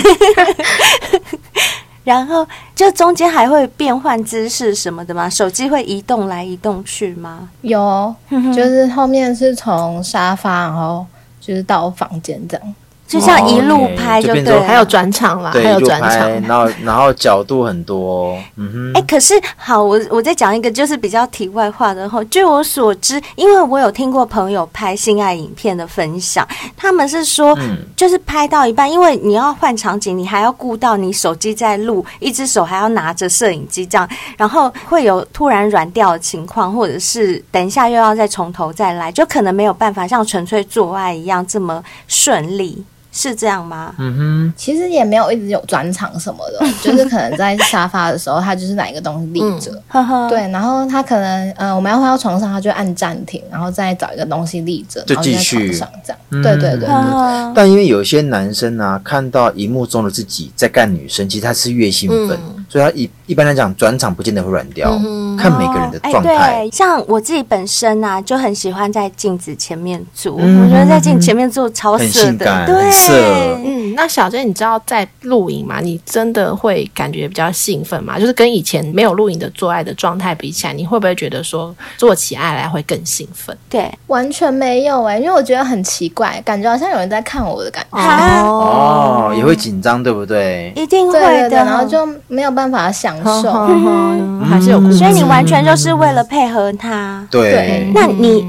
[SPEAKER 2] 然后就中间还会变换姿势什么的吗？手机会移动来移动去吗？
[SPEAKER 4] 嗯
[SPEAKER 5] 有，
[SPEAKER 2] 嗯
[SPEAKER 5] 就是后面是从沙发，然后就是到房间这样。
[SPEAKER 2] 就这样一路
[SPEAKER 4] 哦，OK，
[SPEAKER 2] 拍就
[SPEAKER 4] 就变
[SPEAKER 2] 对
[SPEAKER 4] 成
[SPEAKER 2] 了，
[SPEAKER 3] 还有转场啦，还
[SPEAKER 4] 对，
[SPEAKER 3] 有
[SPEAKER 4] 就
[SPEAKER 3] 转场嗯
[SPEAKER 4] 拍，，然后 然后角度很多，嗯
[SPEAKER 2] 哎、
[SPEAKER 4] 哼，
[SPEAKER 2] 可是好，我我再讲一个就是比较题外话的哈。据我所知，因为我有听过朋友拍性爱影片的分享，他们是说，
[SPEAKER 4] 嗯
[SPEAKER 2] 就是拍到一半，因为你要换场景，你还要顾到你手机在录，一只手还要拿着摄影机这样，然后会有突然软掉的情况，或者是等一下又要再从头再来，就可能没有办法像纯粹做爱一样这么顺利，是这样吗？
[SPEAKER 4] 嗯
[SPEAKER 5] 其实也没有一直有转场 什么的，就是可能在沙发的时候，他就是拿一个东西立着，
[SPEAKER 2] 呵
[SPEAKER 4] 嗯
[SPEAKER 2] 呵，
[SPEAKER 5] 对，然后他可能呃，我们要换到床上，他就按暂停，然后再找一个东西立着，
[SPEAKER 4] 就
[SPEAKER 5] 然后在
[SPEAKER 4] 继续
[SPEAKER 5] 床上这样。
[SPEAKER 4] 嗯
[SPEAKER 5] 对对对
[SPEAKER 2] 呵
[SPEAKER 5] 对，
[SPEAKER 2] 呵
[SPEAKER 4] 哼。。但因为有些男生啊，看到荧幕中的自己在干女生，其实他是越兴奋，所以他一一般来讲转场不见得会软掉，看每个人的状
[SPEAKER 2] 哦哎
[SPEAKER 4] 态。
[SPEAKER 2] 对，像我自己本身啊，就很喜欢在镜子前面做，
[SPEAKER 4] 嗯
[SPEAKER 2] 我觉得在镜子前面做超
[SPEAKER 4] 很
[SPEAKER 2] 色
[SPEAKER 4] 性
[SPEAKER 2] 的，
[SPEAKER 4] 感
[SPEAKER 2] 对，
[SPEAKER 4] 很色
[SPEAKER 3] 嗯，那小珍，你知道在露营嘛？你真的会感觉比较兴奋吗？就是跟以前没有露营的做爱的状态比起来，你会不会觉得说做起爱来会更兴奋？
[SPEAKER 2] 对，
[SPEAKER 5] 完全没有哎、因为我觉得很奇怪，感觉好像有人在看我的感觉。
[SPEAKER 2] 啊
[SPEAKER 4] 哦，也会紧张，对不对？嗯
[SPEAKER 2] 一定会
[SPEAKER 5] 对
[SPEAKER 2] 的，
[SPEAKER 5] 对对，然后就没有办办法享受。
[SPEAKER 3] 还是有故事，
[SPEAKER 2] 所以你完全就是为了配合他。
[SPEAKER 4] 对嗯
[SPEAKER 5] 对，
[SPEAKER 2] 那你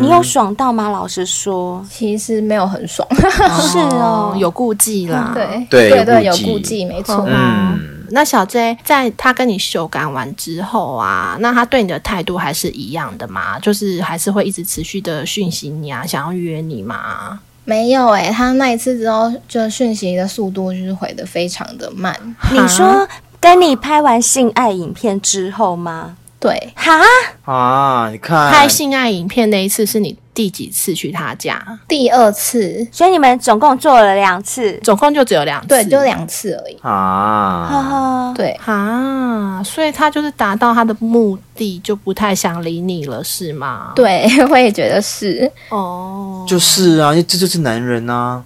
[SPEAKER 2] 你有爽到吗？老实说，
[SPEAKER 5] 其实没有很爽，
[SPEAKER 2] 是哦，
[SPEAKER 3] 有顾忌啦。
[SPEAKER 5] 对
[SPEAKER 4] 对
[SPEAKER 5] 对对，
[SPEAKER 4] 有
[SPEAKER 5] 有
[SPEAKER 4] 顾忌
[SPEAKER 5] 顾忌，没错。
[SPEAKER 4] 嗯，
[SPEAKER 3] 那小 J 在他跟你修改完之后啊，那他对你的态度还是一样的吗？就是还是会一直持续的讯息你啊，想要约你吗？
[SPEAKER 5] 没有诶、他那一次之后，就讯息的速度就是回的非常的慢。
[SPEAKER 2] 你说跟你拍完性爱影片之后吗？
[SPEAKER 5] 对，
[SPEAKER 2] 哈，
[SPEAKER 4] 啊，你看，
[SPEAKER 3] 拍性爱影片那一次是你第几次去他家？
[SPEAKER 5] 第二次，
[SPEAKER 2] 所以你们总共做了两次。
[SPEAKER 3] 总共就只有两次，
[SPEAKER 5] 对，就两次而已。
[SPEAKER 2] 哈
[SPEAKER 4] 啊，
[SPEAKER 2] 哈，
[SPEAKER 5] 对，
[SPEAKER 3] 啊，所以他就是达到他的目的，就不太想理你了，是吗？，
[SPEAKER 5] 对，我也觉得是，
[SPEAKER 3] 哦，
[SPEAKER 4] 就是啊，因为这就是男人啊，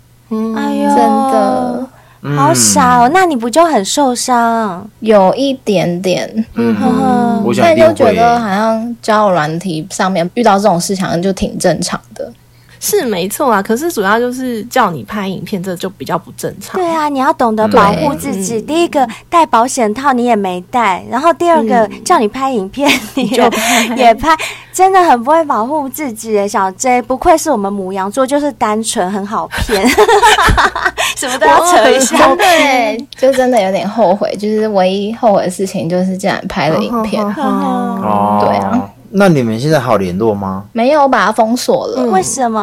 [SPEAKER 3] 嗯
[SPEAKER 4] 嗯
[SPEAKER 2] 哎
[SPEAKER 5] 真
[SPEAKER 2] 呦，
[SPEAKER 5] 的
[SPEAKER 2] 好傻哦，那你不就很受伤？
[SPEAKER 5] 有一点点，
[SPEAKER 4] 嗯，
[SPEAKER 2] 呵呵，
[SPEAKER 4] 我想一
[SPEAKER 5] 但
[SPEAKER 4] 定
[SPEAKER 5] 就觉
[SPEAKER 4] 会
[SPEAKER 5] 得好像交友软体上面遇到这种事情好像就挺正常的。
[SPEAKER 3] 是没错啊，可是主要就是叫你拍影片，这就比较不正常。
[SPEAKER 2] 对啊，你要懂得保护自己。第一个戴保险套你也没戴，然后第二个、叫你拍影片你也也嗯拍，真的很不会保护自己耶。小 J 不愧是我们母羊座，就是单纯，很好骗， 什么都要扯一下。
[SPEAKER 5] 对，就真的有点后悔，就是唯一后悔的事情就是竟然拍了影
[SPEAKER 3] 哦
[SPEAKER 5] 片，
[SPEAKER 4] 哦，
[SPEAKER 5] 对啊。
[SPEAKER 4] 那你们现在好联络吗
[SPEAKER 5] 没有把它封锁了。
[SPEAKER 2] 为什么？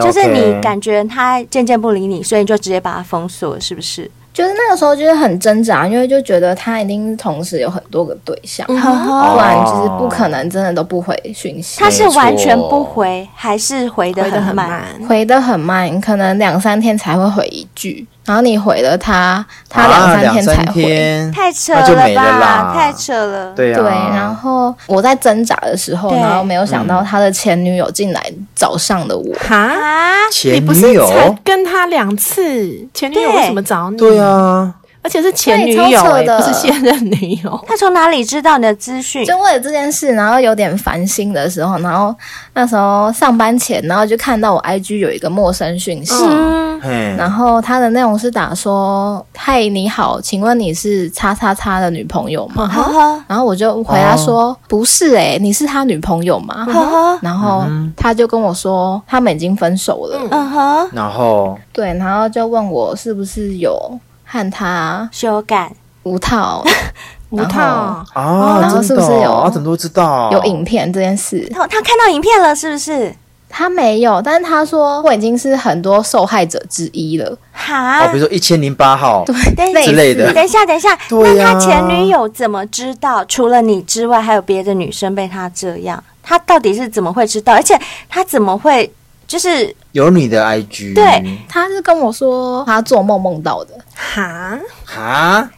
[SPEAKER 2] 嗯就是你感觉他渐渐不理你，所以你就直接把他封锁，是不是？
[SPEAKER 5] 就是那个时候就是很挣扎，因为就觉得他一定同时有很多个对象，
[SPEAKER 3] 嗯
[SPEAKER 5] 不然就是不可能真的都不回讯息
[SPEAKER 2] 哦他。是完全不回，还是回的
[SPEAKER 3] 回的很
[SPEAKER 2] 慢？
[SPEAKER 3] 慢，
[SPEAKER 5] 回的很慢，可能两三天才会回一句，然后你回了他，他两
[SPEAKER 4] 啊
[SPEAKER 5] 三
[SPEAKER 4] 两
[SPEAKER 5] 天才
[SPEAKER 4] 三
[SPEAKER 5] 回。
[SPEAKER 4] 天，
[SPEAKER 2] 太扯
[SPEAKER 4] 那就没
[SPEAKER 2] 吧！
[SPEAKER 4] 了啦
[SPEAKER 2] 太扯了。
[SPEAKER 4] 对啊，
[SPEAKER 5] 对，然后我在挣扎的时候，
[SPEAKER 2] 对
[SPEAKER 5] 然后没有想到他的前女友竟然找上了
[SPEAKER 4] 嗯
[SPEAKER 5] 我，
[SPEAKER 3] 哈，
[SPEAKER 2] 啊，
[SPEAKER 3] 你
[SPEAKER 4] 前
[SPEAKER 3] 不
[SPEAKER 4] 女
[SPEAKER 3] 是才
[SPEAKER 4] 友，
[SPEAKER 3] 跟他两次，前女友
[SPEAKER 2] 对
[SPEAKER 3] 为什么找你？
[SPEAKER 4] 对，啊，
[SPEAKER 3] 而且是前女
[SPEAKER 5] 对
[SPEAKER 3] 友、
[SPEAKER 5] 超扯
[SPEAKER 3] 欸，
[SPEAKER 5] 的
[SPEAKER 3] 不是现任女 友。
[SPEAKER 2] 他从哪里知道你的资讯？
[SPEAKER 5] 就为了这件事，然后有点烦心的时候，然后那时候上班前，然后就看到我 IG 有一个陌生讯息，
[SPEAKER 2] 嗯，
[SPEAKER 4] 嘿，
[SPEAKER 5] 然后他的内容是打说：“嗨，你好，请问你是叉叉叉的女朋友吗
[SPEAKER 2] 呵呵？”
[SPEAKER 5] 然后我就回答说：“不是诶、你是他女朋友吗
[SPEAKER 2] 呵呵？”，
[SPEAKER 5] 然后他就跟我说他们已经分手了，
[SPEAKER 2] 嗯哼，
[SPEAKER 4] 然后
[SPEAKER 5] 对，然后就问我是不是有和他
[SPEAKER 2] 修改
[SPEAKER 5] 无套
[SPEAKER 3] 无套，
[SPEAKER 4] 啊，
[SPEAKER 5] 然后
[SPEAKER 4] 真的
[SPEAKER 5] 是不是有
[SPEAKER 4] 哦啊？怎么都知道？
[SPEAKER 5] 有影片这件事，
[SPEAKER 2] 他他看到影片了，是不是？
[SPEAKER 5] 他没有，但是他说我已经是很多受害者之一了，
[SPEAKER 2] 哈
[SPEAKER 4] 哦，比，如说一千零八号，
[SPEAKER 2] 等
[SPEAKER 5] 类
[SPEAKER 4] 之类的
[SPEAKER 2] 等一下，等一下，那
[SPEAKER 4] 对呀
[SPEAKER 2] 他前女友怎么知道？除了你之外，还有别的女生被他这样？他到底是怎么会知道？而且他怎么会就是
[SPEAKER 4] 有你的 IG，
[SPEAKER 2] 对
[SPEAKER 5] 他是跟我说他做梦梦到的，
[SPEAKER 3] 哈，
[SPEAKER 4] 啊，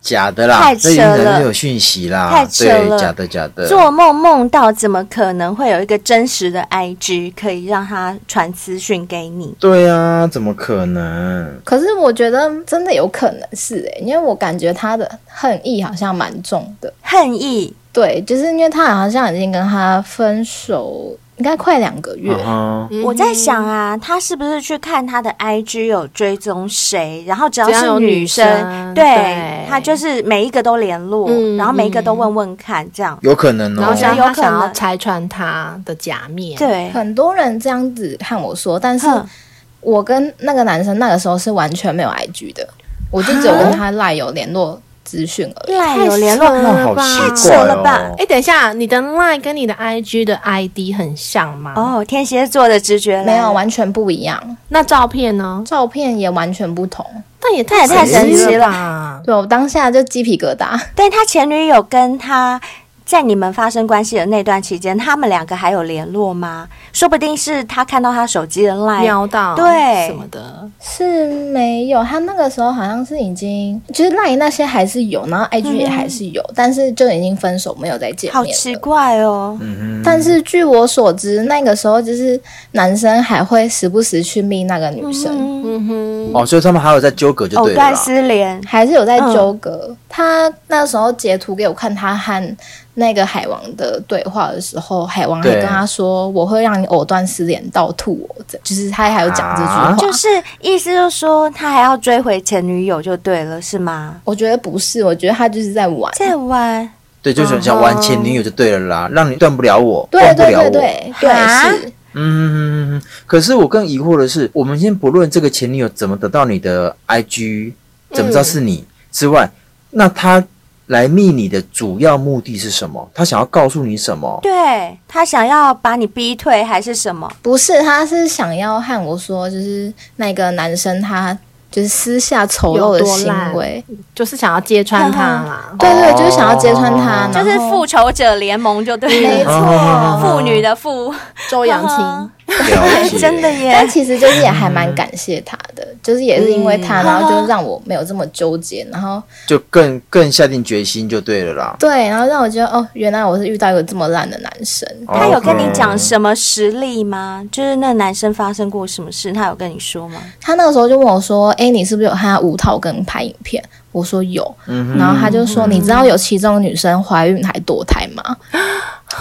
[SPEAKER 4] 假的啦，
[SPEAKER 2] 太
[SPEAKER 4] 这已经
[SPEAKER 2] 扯了
[SPEAKER 4] 人有讯息啦，
[SPEAKER 2] 太扯了
[SPEAKER 4] 对，假的假的，
[SPEAKER 2] 做梦梦到？怎么可能会有一个真实的 IG 可以让他传资讯给你？
[SPEAKER 4] 对啊，怎么可能？
[SPEAKER 5] 可是我觉得真的有可能是诶、因为我感觉他的恨意好像蛮重的。
[SPEAKER 2] 恨意
[SPEAKER 5] 对，就是因为他好像已经跟他分手，应该快两个月。
[SPEAKER 4] 嗯
[SPEAKER 2] 我在想啊，他是不是去看他的 IG 有追踪谁，然后只要
[SPEAKER 3] 只要
[SPEAKER 2] 是
[SPEAKER 3] 有女
[SPEAKER 2] 生，
[SPEAKER 3] 生
[SPEAKER 2] 对
[SPEAKER 3] 对
[SPEAKER 2] 他就是每一个都联络，
[SPEAKER 3] 嗯
[SPEAKER 2] 然后每一个都问问看，这样、
[SPEAKER 4] 有可能
[SPEAKER 3] 然后
[SPEAKER 4] 哦，
[SPEAKER 3] 想
[SPEAKER 2] 有
[SPEAKER 3] 他
[SPEAKER 2] 可
[SPEAKER 3] 想要
[SPEAKER 2] 能
[SPEAKER 3] 拆穿他的假面，，
[SPEAKER 2] 对。嗯
[SPEAKER 5] 很多人这样子和我说，但是
[SPEAKER 2] 哼
[SPEAKER 5] 我跟那个男生那个时候是完全没有 IG 的，我就只有跟他赖有联络资讯而已。
[SPEAKER 4] 哎
[SPEAKER 2] 赖有联络，
[SPEAKER 4] 那
[SPEAKER 3] 啊
[SPEAKER 4] 好
[SPEAKER 2] 太扯
[SPEAKER 4] 奇怪
[SPEAKER 2] 了吧
[SPEAKER 4] 哦
[SPEAKER 3] 哎、。等一下，你的 LINE 跟你的 IG 的 ID 很像吗？，
[SPEAKER 2] 哦，天蝎座的直觉来了
[SPEAKER 5] 没有，完全不一样，
[SPEAKER 3] 那照片呢？
[SPEAKER 5] 照片也完全不同。
[SPEAKER 3] 但也
[SPEAKER 2] 那也太神奇
[SPEAKER 3] 了
[SPEAKER 2] 了
[SPEAKER 3] 吧！
[SPEAKER 5] 对我当下就鸡皮疙瘩，
[SPEAKER 2] 但他前女友跟他在你们发生关系的那段期间，他们两个还有联络吗？说不定是他看到他手机的 line，
[SPEAKER 3] 瞄到
[SPEAKER 2] 哎对
[SPEAKER 3] 什么的，
[SPEAKER 5] 是没有。他那个时候好像是已经，就是赖那些还是有，然后 IG 也还是有，但是就已经分手，没有再
[SPEAKER 2] 嗯
[SPEAKER 5] 见
[SPEAKER 2] 好
[SPEAKER 5] 面了。
[SPEAKER 2] 奇怪哦。
[SPEAKER 4] 嗯
[SPEAKER 5] 但是据我所知，那个时候就是男生还会时不时去密那个女生，
[SPEAKER 2] 嗯，
[SPEAKER 3] 嗯哼，
[SPEAKER 4] 哦，所以他们还有在纠葛就
[SPEAKER 2] 藕
[SPEAKER 4] 对了
[SPEAKER 2] 断
[SPEAKER 4] 啦。
[SPEAKER 2] 丝连，
[SPEAKER 5] 还是有在纠葛。他那时候截图给我看，他和那个海王的对话的时候，海王还跟他说：“我会让你藕断丝连到吐我。”就是他还有讲这句话，
[SPEAKER 4] 啊
[SPEAKER 2] 就是意思就是说他还要追回前女友就对了，是吗？
[SPEAKER 5] 我觉得不是，我觉得他就是在玩。
[SPEAKER 2] 在玩
[SPEAKER 4] 对，就是很想玩前女友就对了啦，让你断不了我，
[SPEAKER 5] 对
[SPEAKER 4] 断不
[SPEAKER 5] 对
[SPEAKER 4] 了我。
[SPEAKER 5] 对对对，
[SPEAKER 2] 啊
[SPEAKER 5] 是
[SPEAKER 4] 嗯，可是我更疑惑的是，我们先不论这个前女友怎么得到你的 IG，怎么知道是你、之外，那他来密你的主要目的是什么？他想要告诉你 什么？
[SPEAKER 2] 对他想要把你逼退还是什么？
[SPEAKER 5] 不是，他是想要和我说，就是那个男生他就是私下丑陋的行为，
[SPEAKER 3] 就是想要揭穿 他啦。
[SPEAKER 5] 对对，就是想要揭穿他，
[SPEAKER 2] 哦就
[SPEAKER 5] 然后
[SPEAKER 2] 是复仇者联盟就对
[SPEAKER 5] 没
[SPEAKER 2] 了，
[SPEAKER 5] 错，
[SPEAKER 2] 妇女的妇，
[SPEAKER 3] 周扬青，
[SPEAKER 4] 了 解，
[SPEAKER 2] 真的耶
[SPEAKER 5] 但。其实就是也还蛮感谢他的，就是也是因为他，
[SPEAKER 2] 嗯
[SPEAKER 5] 然后就让我没有这么纠结，然后
[SPEAKER 4] 就更更下定决心就对了 啦。
[SPEAKER 5] 对，然后让我觉得哦，原来我是遇到一个这么烂的男生，
[SPEAKER 2] 他有跟你
[SPEAKER 4] 哦 OK
[SPEAKER 2] 讲什么实例吗？就是那男生发生过什么事，他有跟你说吗？
[SPEAKER 5] 他那个时候就问我说：“哎、你是不是有和他无套跟拍影片？”我说有，然后他就说：“你知道有其中的女生怀孕还堕胎吗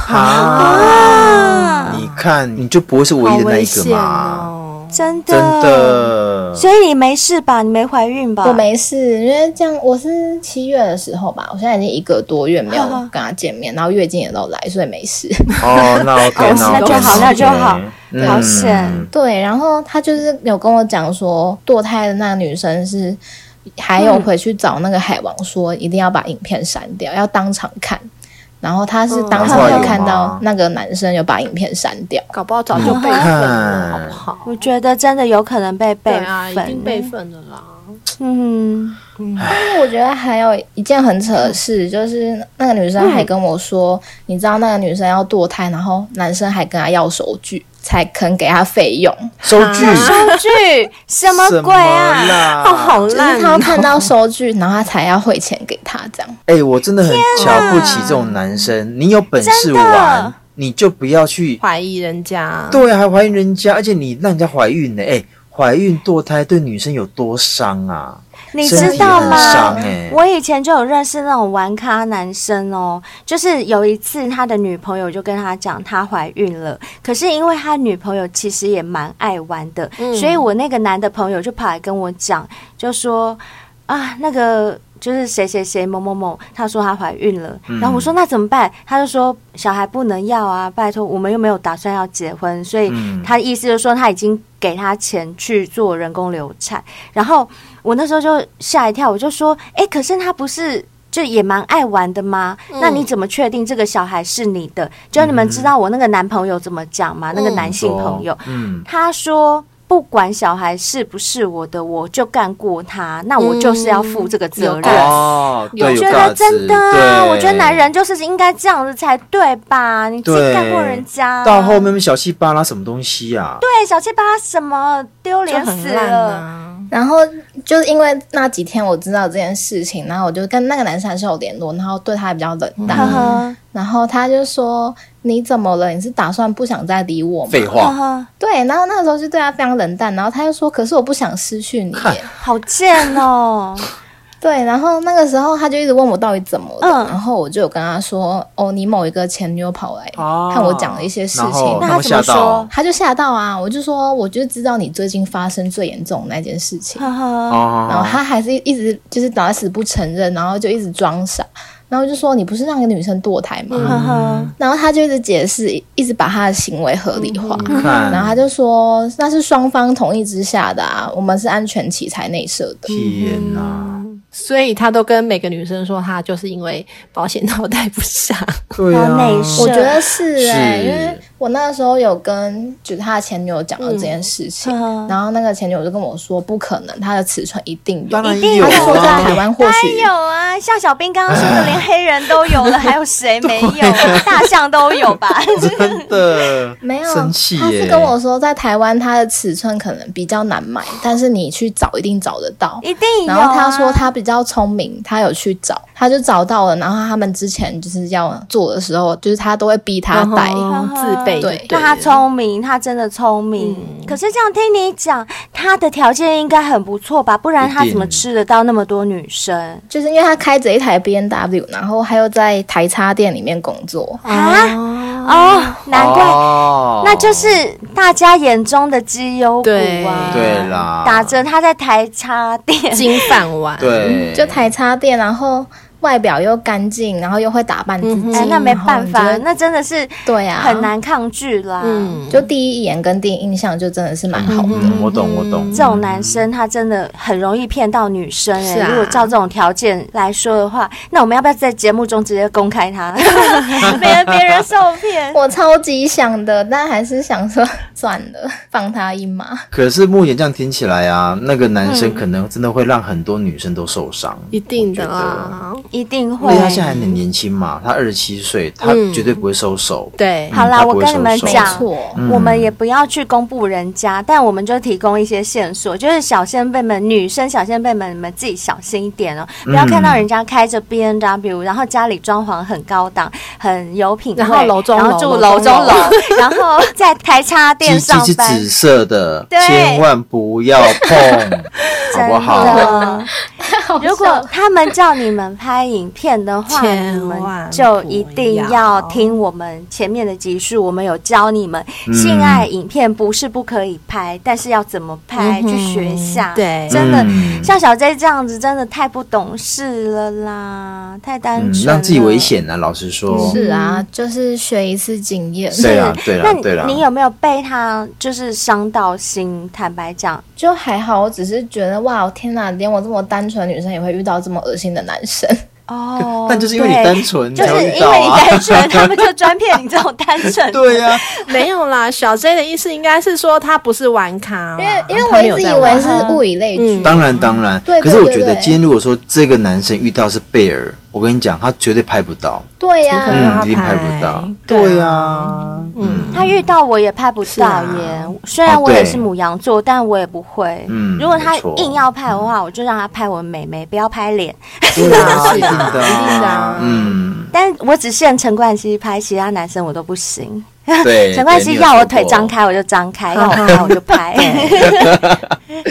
[SPEAKER 4] 啊！你看，你就不会是唯
[SPEAKER 3] 好
[SPEAKER 4] 一的那
[SPEAKER 3] 危
[SPEAKER 4] 一个
[SPEAKER 2] 嗯
[SPEAKER 3] 险
[SPEAKER 4] 嘛？
[SPEAKER 3] 哦！
[SPEAKER 2] 真的，
[SPEAKER 4] 真的，
[SPEAKER 2] 所以你没事吧？你没怀孕吧？？”
[SPEAKER 5] 我没事，因为这样我是七月的时候吧，我现在已经一个多月没有跟他见面，然后月经也都来，所以没事。
[SPEAKER 4] 哦，那 OK，
[SPEAKER 2] 哦那就好那就好
[SPEAKER 4] OK，
[SPEAKER 2] 好
[SPEAKER 4] 嗯
[SPEAKER 2] 险
[SPEAKER 5] 对，然后他就是有跟我讲说，堕胎的那个女生是还
[SPEAKER 2] 嗯
[SPEAKER 5] 有回去找那个海王说，一定要把影片删掉，要当场看。然后他是
[SPEAKER 2] 嗯
[SPEAKER 5] 当场有看到那个男生有把影片删掉，
[SPEAKER 3] 搞不好早
[SPEAKER 4] 嗯
[SPEAKER 3] 就备份了，好不好？
[SPEAKER 2] 我觉得真的有可能被备
[SPEAKER 3] 对
[SPEAKER 2] 份，
[SPEAKER 3] 啊，已经备份了啦。
[SPEAKER 2] 嗯，
[SPEAKER 5] 但是我觉得还有一件很扯的事，就是那个女生
[SPEAKER 2] 嗯
[SPEAKER 5] 还跟我说，你知道那个女生要堕胎，然后男生还跟她要手据，才肯给她费用，
[SPEAKER 4] 收据
[SPEAKER 2] 收据什么鬼
[SPEAKER 4] 什么
[SPEAKER 2] 啊？
[SPEAKER 4] 啦
[SPEAKER 2] 哦，好
[SPEAKER 5] 就是
[SPEAKER 2] 烂
[SPEAKER 5] 他要看到收据，然后他才要汇钱给他这样。
[SPEAKER 4] 哎、我真的很瞧不起这种男生。你有本事玩，你就不要去
[SPEAKER 3] 怀疑人家，
[SPEAKER 4] 对啊，还怀孕人家，而且你让人家怀孕呢、哎、怀孕堕胎对女生有多伤啊？
[SPEAKER 2] 你
[SPEAKER 4] 身
[SPEAKER 2] 知
[SPEAKER 4] 体
[SPEAKER 2] 道
[SPEAKER 4] 很
[SPEAKER 2] 吗
[SPEAKER 4] 伤？哎
[SPEAKER 2] 我以前就有认识那种玩咖男生哦，就是有一次他的女朋友就跟他讲他怀孕了，可是因为他女朋友其实也蛮爱玩的，所以我那个男的朋友就跑来跟我讲，就说啊那个。就是谁谁谁某某某，她说她怀孕了，
[SPEAKER 4] 嗯
[SPEAKER 2] 然后我说那怎么办？他就说小孩不能要啊，拜托，我们又没有打算要结婚，所以
[SPEAKER 4] 嗯
[SPEAKER 2] 他意思就是说他已经给他钱去做人工流产，然后我那时候就吓一跳，我就说：“哎、可是他不是就也蛮爱玩的吗？
[SPEAKER 4] 嗯
[SPEAKER 2] 那你怎么确定这个小孩是你的？就你们知道我那个男朋友怎么讲吗？那个男性朋友，
[SPEAKER 4] 嗯，
[SPEAKER 2] 他说。”不管小孩是不是我的，我就干过他，那我就是要负这个责
[SPEAKER 3] 有
[SPEAKER 2] 任。
[SPEAKER 3] 尬
[SPEAKER 4] 哦，
[SPEAKER 3] 有
[SPEAKER 4] 对，
[SPEAKER 2] 我
[SPEAKER 4] 有
[SPEAKER 2] 觉
[SPEAKER 4] 尬
[SPEAKER 2] 得
[SPEAKER 4] 值
[SPEAKER 2] 真的啊，
[SPEAKER 4] 对，
[SPEAKER 2] 我觉得男人就是应该这样子才对吧？你自己
[SPEAKER 4] 对
[SPEAKER 2] 干过人家，啊
[SPEAKER 4] 到后面小气巴拉什么东西啊？对，
[SPEAKER 2] 哎对小气巴拉什么丢
[SPEAKER 3] 就
[SPEAKER 2] 脸死
[SPEAKER 3] 很烂
[SPEAKER 2] 了。
[SPEAKER 3] 啊。
[SPEAKER 5] 然后就是因为那几天我知道这件事情，然后我就跟那个男生还是有联络，然后对他比较冷淡。
[SPEAKER 2] 呵呵
[SPEAKER 5] 然后他就说：“你怎么了？你是打算不想再理我吗
[SPEAKER 4] 废
[SPEAKER 2] 呵
[SPEAKER 4] 话，
[SPEAKER 2] 呵，？”
[SPEAKER 5] 对，然后那个时候就对他非常冷淡。然后他就说：“可是我不想失去你。
[SPEAKER 4] 看”
[SPEAKER 2] 好贱哦！
[SPEAKER 5] 对，然后那个时候他就一直问我到底怎么了，
[SPEAKER 2] 嗯
[SPEAKER 5] 然后我就有跟他说：“哦，你某一个前女友跑来
[SPEAKER 4] 哦
[SPEAKER 5] 看我讲了一些事
[SPEAKER 4] 然
[SPEAKER 5] 情
[SPEAKER 4] 后。
[SPEAKER 2] 那他
[SPEAKER 4] 他们
[SPEAKER 2] 怎么
[SPEAKER 4] 吓到
[SPEAKER 2] 说，
[SPEAKER 5] 他就吓到啊！我就说，我就知道你最近发生最严重的那件事情，
[SPEAKER 2] 呵呵，
[SPEAKER 4] 哦
[SPEAKER 5] 然后他还是一直就是打死不承认，然后就一直装傻，然后就说你不是让一个女生堕胎吗？
[SPEAKER 2] 呵呵，
[SPEAKER 4] 嗯
[SPEAKER 5] 然后他就一直解释，一直把他的行为合理化，
[SPEAKER 2] 嗯
[SPEAKER 4] 你看，
[SPEAKER 5] 然后他就说那是双方同意之下的啊，我们是安全期才内射的。
[SPEAKER 4] 天哪、
[SPEAKER 2] 嗯
[SPEAKER 3] 所以他都跟每个女生说，他就是因为保险套戴不下，
[SPEAKER 4] 对啊
[SPEAKER 2] 然后，内射
[SPEAKER 5] 我觉得是哎、
[SPEAKER 4] 是
[SPEAKER 5] 因为我那个时候有跟就是他的前女友讲到这件事情，
[SPEAKER 2] 嗯
[SPEAKER 5] 然后那个前女友就跟我说不可能，他的尺寸一定有
[SPEAKER 4] 当，然
[SPEAKER 2] 一定有
[SPEAKER 4] 有
[SPEAKER 5] 他就说在
[SPEAKER 4] 啊
[SPEAKER 5] 台，湾或
[SPEAKER 2] 当
[SPEAKER 5] 许
[SPEAKER 2] 然有啊，像小兵刚刚说的， 连黑人都有了，还有谁没有？大象都有 吧？
[SPEAKER 4] 真的
[SPEAKER 5] 没有，
[SPEAKER 4] 生气
[SPEAKER 5] 他
[SPEAKER 4] 耶、
[SPEAKER 5] 是跟我说在台湾它的尺寸可能比较难买，但是你去找一定找得到。
[SPEAKER 2] 一定有、
[SPEAKER 5] 然
[SPEAKER 2] 啊。
[SPEAKER 5] 后他说他比较聪明，他有去找，他 就找到了。然后他们之前就是要做的时候，就是他都会逼他戴，
[SPEAKER 3] 然后自备就
[SPEAKER 5] 对
[SPEAKER 3] 对了，
[SPEAKER 2] 他聪明，他真的聪明。
[SPEAKER 5] 嗯
[SPEAKER 2] 可是这样听你讲，他的条件应该很不错吧？不然他
[SPEAKER 4] 一定
[SPEAKER 2] 怎么吃得到那么多女生
[SPEAKER 5] 就是因为他开着一台 B N W，然后还有在台插店里面工作，
[SPEAKER 2] 啊？哦，难怪，
[SPEAKER 4] 哦
[SPEAKER 2] 那就是大家眼中的绩优股啊。
[SPEAKER 4] 对啦，
[SPEAKER 2] 打着嗯他在台插店，
[SPEAKER 3] 金饭碗，
[SPEAKER 4] 对，
[SPEAKER 5] 就台插店，然后外表又干净，然后又会打扮自己，
[SPEAKER 2] 哎，那没办
[SPEAKER 5] 然后
[SPEAKER 2] 法，
[SPEAKER 5] 哦你就会
[SPEAKER 2] 那真的是
[SPEAKER 5] 对啊，
[SPEAKER 2] 很。难抗拒啦。
[SPEAKER 3] 嗯，
[SPEAKER 5] 就第一眼跟第一印象就真的是蛮好的，
[SPEAKER 4] 嗯我懂我懂，
[SPEAKER 2] 这种男生他真的很容易骗到女生哎、
[SPEAKER 3] 是啊
[SPEAKER 2] 如果照这种条件来说的话，那我们要不要在节目中直接公开他， 免得别人受骗？
[SPEAKER 5] 我超级想的，但还是想说 算了，放他一 马。
[SPEAKER 4] 可是目前这样听起来啊，那个男
[SPEAKER 2] 嗯
[SPEAKER 4] 生可能真的会让很多女生都受伤。
[SPEAKER 3] 一定的啊啦，
[SPEAKER 2] 一定
[SPEAKER 4] 因
[SPEAKER 2] 会
[SPEAKER 4] 为。他现在还很年轻嘛，他二十七岁，他
[SPEAKER 3] 嗯
[SPEAKER 4] 绝对不会收手。
[SPEAKER 3] 对
[SPEAKER 4] 嗯，
[SPEAKER 2] 好啦，
[SPEAKER 4] 他不
[SPEAKER 2] 我
[SPEAKER 4] 会
[SPEAKER 2] 跟你
[SPEAKER 4] 收
[SPEAKER 2] 们
[SPEAKER 4] 手
[SPEAKER 2] 讲，
[SPEAKER 5] 错，
[SPEAKER 4] 嗯
[SPEAKER 2] 我们也不要去公布人家，但我们就提供一些线索，就是小先辈们、女生小先辈们，你们自己小心一点哦，不要看到人家开着 B N W，、然后家里装潢很高档、很有品味，
[SPEAKER 3] 然后楼中楼
[SPEAKER 2] 然后住
[SPEAKER 3] 楼
[SPEAKER 2] 楼
[SPEAKER 3] 中
[SPEAKER 2] 中
[SPEAKER 3] 楼
[SPEAKER 2] 楼，然后在台插
[SPEAKER 4] 鸡
[SPEAKER 2] 店
[SPEAKER 4] 鸡
[SPEAKER 2] 上
[SPEAKER 4] 是
[SPEAKER 2] 班，
[SPEAKER 4] 紫色的，
[SPEAKER 2] 对
[SPEAKER 4] 千万不要碰，好
[SPEAKER 2] 真
[SPEAKER 4] 不
[SPEAKER 2] 的，
[SPEAKER 4] 好？
[SPEAKER 2] 如果他们叫你们拍影片的话，
[SPEAKER 3] 千
[SPEAKER 2] 你们
[SPEAKER 3] 万
[SPEAKER 2] 就一定
[SPEAKER 3] 不
[SPEAKER 2] 要
[SPEAKER 3] 要
[SPEAKER 2] 听我们前面的集数，我们有教你们
[SPEAKER 4] 嗯
[SPEAKER 2] 性爱影片不是不可以拍，但是要怎么拍，去学一下。
[SPEAKER 3] 对
[SPEAKER 2] 真的
[SPEAKER 4] 嗯
[SPEAKER 2] 像啊小 J 这样子，真的太不懂事了啦，太单
[SPEAKER 4] 嗯，
[SPEAKER 2] 纯了，
[SPEAKER 4] 让自己危。险啊！老实说，
[SPEAKER 2] 嗯
[SPEAKER 5] 是啊，就是学一次经验，
[SPEAKER 3] 啊
[SPEAKER 4] 对啦，对啊
[SPEAKER 2] 那
[SPEAKER 4] 啦
[SPEAKER 2] 你，
[SPEAKER 4] 对啦。
[SPEAKER 2] 你有没有被他就是伤到心？坦白讲，
[SPEAKER 5] 就还好。我只是觉得哇，天哪，连我这么单纯的女生也会遇到这么恶心的男 生，
[SPEAKER 2] 哦，
[SPEAKER 4] 但就是因为
[SPEAKER 2] 对
[SPEAKER 4] 你单纯，你
[SPEAKER 2] 就是
[SPEAKER 4] 才
[SPEAKER 2] 因为
[SPEAKER 4] 会遇
[SPEAKER 2] 你
[SPEAKER 4] 到啊。
[SPEAKER 2] 单纯， 他们就专骗你这种单纯。
[SPEAKER 4] 对啊呀，
[SPEAKER 3] 没有啦。小 J 的意思应该是说他不是玩咖啦，啊
[SPEAKER 5] 因为因为
[SPEAKER 3] 他
[SPEAKER 5] 我
[SPEAKER 3] 没
[SPEAKER 5] 一
[SPEAKER 3] 有
[SPEAKER 5] 直
[SPEAKER 3] 在
[SPEAKER 5] 以为
[SPEAKER 3] 玩啊嗯
[SPEAKER 5] 是物以类聚。
[SPEAKER 4] 当然当然
[SPEAKER 5] 对。
[SPEAKER 4] 可
[SPEAKER 5] 对
[SPEAKER 4] 是我觉得
[SPEAKER 5] 对对
[SPEAKER 4] 今天如果说这个男生遇到是贝尔，我跟你讲，他绝对拍不到，
[SPEAKER 5] 对呀、
[SPEAKER 3] 不可能
[SPEAKER 4] 嗯，
[SPEAKER 3] 他
[SPEAKER 4] 一定
[SPEAKER 3] 拍
[SPEAKER 4] 拍不到。
[SPEAKER 3] 对啊
[SPEAKER 4] 对啊呀，嗯
[SPEAKER 2] 他遇到我也拍不
[SPEAKER 3] 是
[SPEAKER 2] 到
[SPEAKER 3] 啊
[SPEAKER 2] 耶，虽然
[SPEAKER 4] 哦
[SPEAKER 2] 我也
[SPEAKER 4] 对
[SPEAKER 2] 是母羊座，但我也不会。
[SPEAKER 4] 嗯
[SPEAKER 2] 如果他
[SPEAKER 4] 没错
[SPEAKER 2] 硬要拍的话，我就让他拍我美眉，不要拍脸。
[SPEAKER 4] 对 啊，
[SPEAKER 3] 是
[SPEAKER 4] 一
[SPEAKER 3] 的
[SPEAKER 4] 定的
[SPEAKER 3] 一定的
[SPEAKER 4] 啊
[SPEAKER 3] 啊，
[SPEAKER 4] 嗯，
[SPEAKER 2] 但我只限陈冠希拍，其他男生我都不行。
[SPEAKER 4] 对。
[SPEAKER 2] 陈冠
[SPEAKER 4] 对
[SPEAKER 2] 希要我腿张，
[SPEAKER 4] 你有说过
[SPEAKER 2] 开我就张开， 要我拍我就拍，
[SPEAKER 4] 哎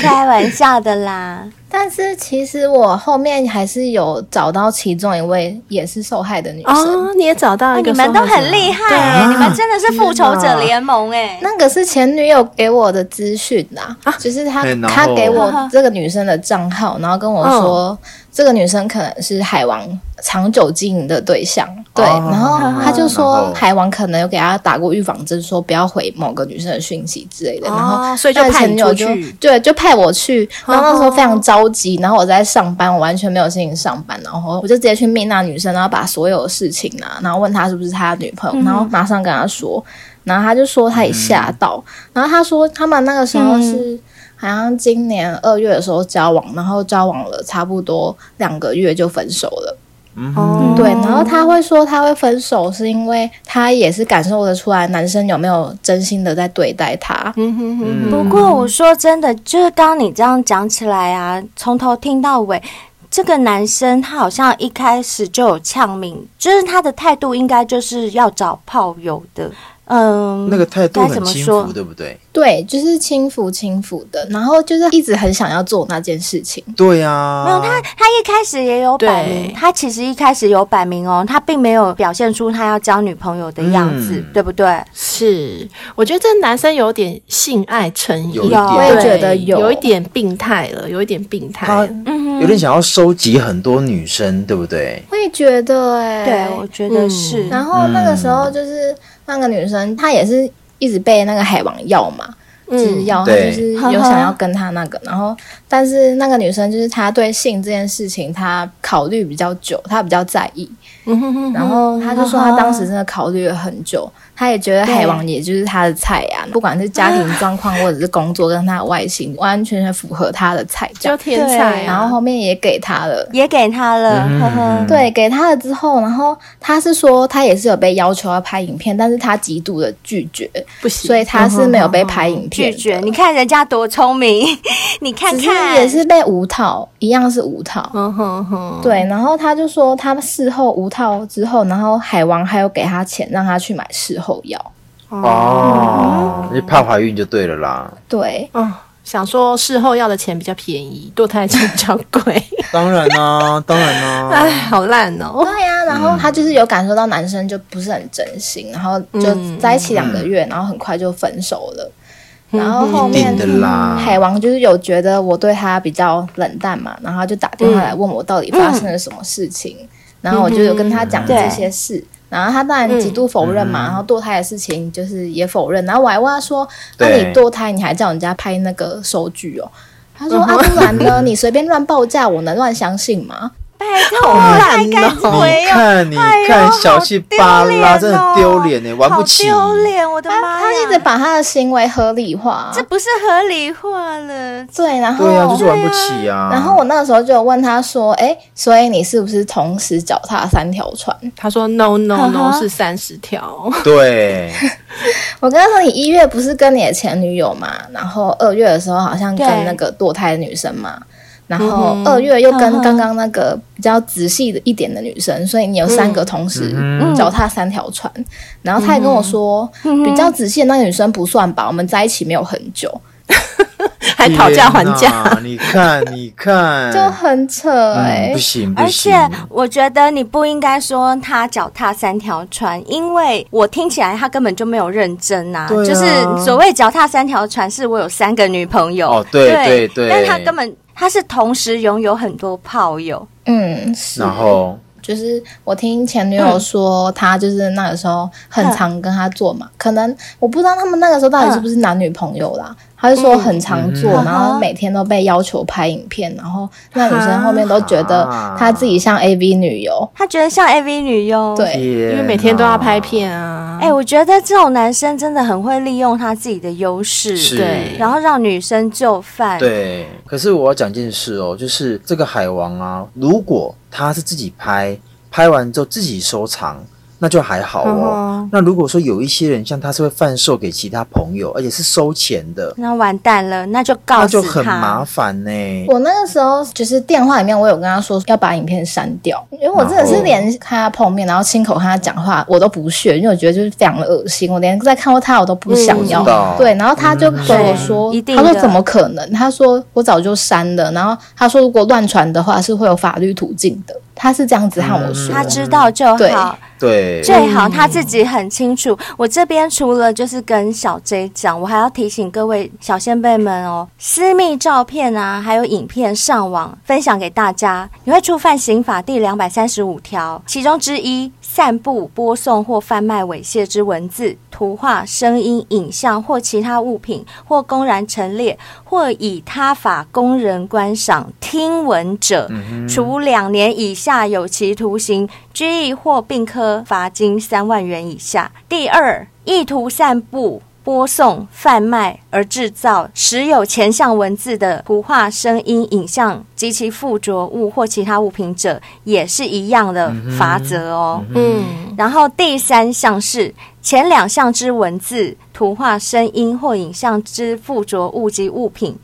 [SPEAKER 2] 开玩笑的啦。
[SPEAKER 5] 但是其实我后面还是有找到其中一位也是受害的女生，
[SPEAKER 3] 哦，你也找到一
[SPEAKER 2] 你
[SPEAKER 3] 个，
[SPEAKER 2] 们都很厉。害
[SPEAKER 4] 啊
[SPEAKER 2] 耶，你们真的是复仇者联盟哎。
[SPEAKER 5] 那个是前女友给我的资讯啦，就是她
[SPEAKER 4] 哎然后
[SPEAKER 5] 她给我这个女生的账号，然后跟我说、这个女生可能是海王长久经营的对象，对，
[SPEAKER 4] 哦
[SPEAKER 5] 然后她就
[SPEAKER 4] 然
[SPEAKER 5] 说
[SPEAKER 4] 后
[SPEAKER 5] 海王可能有给她打过预防针，说不要回某个女生的讯息之类的，然后
[SPEAKER 3] 哦，所以就派你
[SPEAKER 5] 前女友
[SPEAKER 3] 出
[SPEAKER 5] 就
[SPEAKER 3] 去，哦
[SPEAKER 5] 对，就派我去。然后那时候非常着急，然后我在上班，我完全没有心情上班，然后我就直接去命那女生，然后把所有的事情啊，然后问她是不是她的女朋友，然
[SPEAKER 3] 嗯
[SPEAKER 5] 后马上跟她说，然后她就
[SPEAKER 4] 嗯
[SPEAKER 5] 说她也吓到，然后她说他们那个时
[SPEAKER 3] 嗯
[SPEAKER 5] 候是。好像今年二月的时候交往，然后交往了差不多两个月就分手了。
[SPEAKER 4] 嗯哼
[SPEAKER 3] 哦
[SPEAKER 5] 对，然后他会说他会分手，是因为他也是感受得出来男生有没有真心的在对待他。
[SPEAKER 3] 嗯哼哼，
[SPEAKER 4] 嗯
[SPEAKER 2] 不过我说真的，就是刚刚你这样讲起来啊，从头听到尾，这个男生他好像一开始就有呛明，就是他的态度应该就是要找炮友的，嗯，
[SPEAKER 4] 那个态度
[SPEAKER 2] 该
[SPEAKER 4] 很
[SPEAKER 2] 怎么
[SPEAKER 4] 轻
[SPEAKER 2] 说
[SPEAKER 4] 浮，对不对？
[SPEAKER 5] 对，就是轻浮轻浮的，然后就是一直很想要做那件事情。
[SPEAKER 4] 对啊呀，
[SPEAKER 2] 没有他，他一开始也有摆明
[SPEAKER 3] 对，
[SPEAKER 2] 他其实一开始有摆明哦，他并没有表现出他要交女朋友的样子，
[SPEAKER 4] 嗯
[SPEAKER 2] 对不对？
[SPEAKER 3] 是，我觉得这男生有点性爱成瘾，
[SPEAKER 4] 有一
[SPEAKER 2] 有
[SPEAKER 4] 点
[SPEAKER 2] 我
[SPEAKER 5] 也
[SPEAKER 3] 对
[SPEAKER 5] 觉得有
[SPEAKER 3] 有一点病态了，有一点病态
[SPEAKER 4] 他
[SPEAKER 3] 了。
[SPEAKER 2] 嗯
[SPEAKER 4] 有点想要收集很多女生，对不对？
[SPEAKER 5] 我也觉得、欸，
[SPEAKER 2] 对，我觉得是。
[SPEAKER 5] 然后那个时候就是那个女生，她也是一直被那个海王要嘛，
[SPEAKER 2] 嗯
[SPEAKER 3] 嗯
[SPEAKER 5] 就是要她就
[SPEAKER 4] 对
[SPEAKER 5] 是 有想要跟他那个，然后但是那个女生就是她对性这件事情，她考虑比较久，她比较在意，
[SPEAKER 3] 嗯哼哼，
[SPEAKER 5] 然后她就说她
[SPEAKER 2] 啊
[SPEAKER 5] 当时真的考虑了很久，她也觉得海王也就是她的菜呀、不管是家庭状况或者是工作跟她的外形，完完全全符合她的菜这样
[SPEAKER 3] 就天才啊，
[SPEAKER 5] 然后后面也给他了。
[SPEAKER 2] 也给他了，
[SPEAKER 4] 嗯
[SPEAKER 2] 呵呵。
[SPEAKER 5] 对，给他了之后，然后他是说他也是有被要求要拍影片，但是他极度的拒绝，
[SPEAKER 3] 不行，
[SPEAKER 5] 所以他是没有被拍影片
[SPEAKER 2] 嗯拒
[SPEAKER 5] 的
[SPEAKER 2] 绝，你看人家多聪明， 你看
[SPEAKER 5] 只是
[SPEAKER 2] 看
[SPEAKER 5] 也是被无套，一样是无套。
[SPEAKER 3] 嗯哼哼，
[SPEAKER 5] 对，然后他就说他事后无套之后，然后海王还有给他钱让他去买事后药，
[SPEAKER 4] 嗯哦，你怕怀孕就对了啦。
[SPEAKER 5] 对，
[SPEAKER 3] 嗯，想说事后要的钱比较便宜，堕胎钱比较贵。
[SPEAKER 4] 当然啦、当然啊啦、
[SPEAKER 3] 哎，好烂哦！
[SPEAKER 5] 对呀、然后他就是有感受到男生就不是很真心，然后就在一起两个
[SPEAKER 4] 嗯
[SPEAKER 5] 月，然后很快就分手了。然后后面
[SPEAKER 4] 一定嗯的啦
[SPEAKER 5] 海王就是有觉得我对他比较冷淡嘛，然后他就打电话来问我到底发生了什么事情，
[SPEAKER 4] 嗯
[SPEAKER 5] 然后我就有跟他讲这些事，然后他当然极度否认
[SPEAKER 4] 嗯
[SPEAKER 5] 嘛，然后堕胎的事情就是也否认，然后我还问他说，那
[SPEAKER 4] 对
[SPEAKER 5] 你堕胎你还叫人家拍那个收据哦？他说
[SPEAKER 4] 嗯
[SPEAKER 5] 啊，不然呢？你随便乱报价，我能乱相信吗？
[SPEAKER 2] 拜托啦，
[SPEAKER 3] 烂哦
[SPEAKER 2] 该回
[SPEAKER 4] 你看，你
[SPEAKER 2] 哎
[SPEAKER 4] 看，小气巴拉，真的很丢脸呢，玩不起。
[SPEAKER 2] 哦丢脸，我的妈呀！
[SPEAKER 5] 他一直把他的行为合理化，
[SPEAKER 2] 这不是合理化了，
[SPEAKER 5] 对，然后
[SPEAKER 4] 对啊，就是玩不起啊。
[SPEAKER 5] 哦然后我那个时候就有问他说：“哎，所以你是不是同时脚踏三条船
[SPEAKER 3] 他说 no no
[SPEAKER 2] 啊
[SPEAKER 3] no
[SPEAKER 2] 哈
[SPEAKER 3] 是三十条，
[SPEAKER 4] 对，？”
[SPEAKER 5] 我跟他说：“你一月不是跟你的前女友嘛，然后二月的时候好像跟
[SPEAKER 2] 对
[SPEAKER 5] 那个堕胎的女生嘛，然后二月又跟刚刚那个比较仔细的一点的女生，所以你有三个同时
[SPEAKER 4] 嗯
[SPEAKER 5] 脚踏三条船。”然后他也跟我说：“比较仔细的那个女生不算吧，我们在一起没有很久，
[SPEAKER 3] 还讨价还价。
[SPEAKER 4] 天哪。你看，你看，
[SPEAKER 5] 就很扯哎、
[SPEAKER 4] 嗯不行不
[SPEAKER 2] 而
[SPEAKER 4] 行
[SPEAKER 2] 且，我觉得你不应该说他脚踏三条船，因为我听起来他根本就没有认真呐、
[SPEAKER 4] 对啊
[SPEAKER 2] 就是所谓脚踏三条船，是我有三个女朋友，
[SPEAKER 4] 哦对对对
[SPEAKER 2] 但他根本他是同时拥有很多炮友，
[SPEAKER 5] 嗯，是。”
[SPEAKER 4] 然后
[SPEAKER 5] 就是我听前女友说，她就是那个时候很常跟他做嘛，可能我不知道他们那个时候到底是不是男女朋友啦。她就说很常做，
[SPEAKER 2] 嗯
[SPEAKER 5] 然后每天都被要求拍影片，然后那女生后面都觉得她自己像 A V 女优。
[SPEAKER 2] 他觉得像 AV 女优，
[SPEAKER 5] 对
[SPEAKER 4] 因
[SPEAKER 3] 因为每天都要拍，片啊。
[SPEAKER 4] 嗯
[SPEAKER 2] 哎、我觉得这种男生真的很会利用他自己的优势，
[SPEAKER 4] 是
[SPEAKER 3] 对
[SPEAKER 2] 然后让女生就范。，
[SPEAKER 4] 对，可是我要讲件事哦，就是这个海王啊，如果他是自己拍，拍完之后自己收藏，那就还好哦。那如果说有一些人像他是会贩售给其他朋友，而且是收钱的，
[SPEAKER 2] 那完蛋了，那就告
[SPEAKER 4] 那
[SPEAKER 2] 诉
[SPEAKER 4] 就
[SPEAKER 2] 他，
[SPEAKER 4] 很麻烦呢、
[SPEAKER 5] 我那个时候就是电话里面，我有跟她说要把影片删掉，因为我真的是连看她碰面，然后亲口跟她讲话，我都不屑，因为我觉得就是非常的恶心，我连再看过她我都不想要。
[SPEAKER 4] 嗯知道
[SPEAKER 5] 对，然后她就跟我说
[SPEAKER 2] 对一，定
[SPEAKER 5] 她
[SPEAKER 2] 的
[SPEAKER 5] 说怎么可能？她说我早就删了，然后她说如果乱传的话是会有法律途径的，她是这样子和我
[SPEAKER 2] 嗯
[SPEAKER 5] 说。
[SPEAKER 2] 他知道就
[SPEAKER 5] 对
[SPEAKER 2] 好。
[SPEAKER 4] 对，
[SPEAKER 2] 最好他自己很清楚。我这边除了就是跟小 J 讲，我还要提醒各位小先辈们哦，私密照片啊，还有影片上网分享给大家，你会触犯刑法第两百三十五条其中之一。散布、播送或贩卖猥亵之文字、图画、声音、影像或其他物品，或公然陈列，或以他法供人观赏、听闻者，处两年以下有期徒刑、拘役或并科罚金三万元以下。第二，意图散布。播送、贩卖而制造持有前项文字的图画、声音、影像及其附着物或其他物品者，也是一样的罚则哦。
[SPEAKER 3] 嗯，
[SPEAKER 2] 然后第三项是前两项之文字、图画、声音或影像之附着物及物品，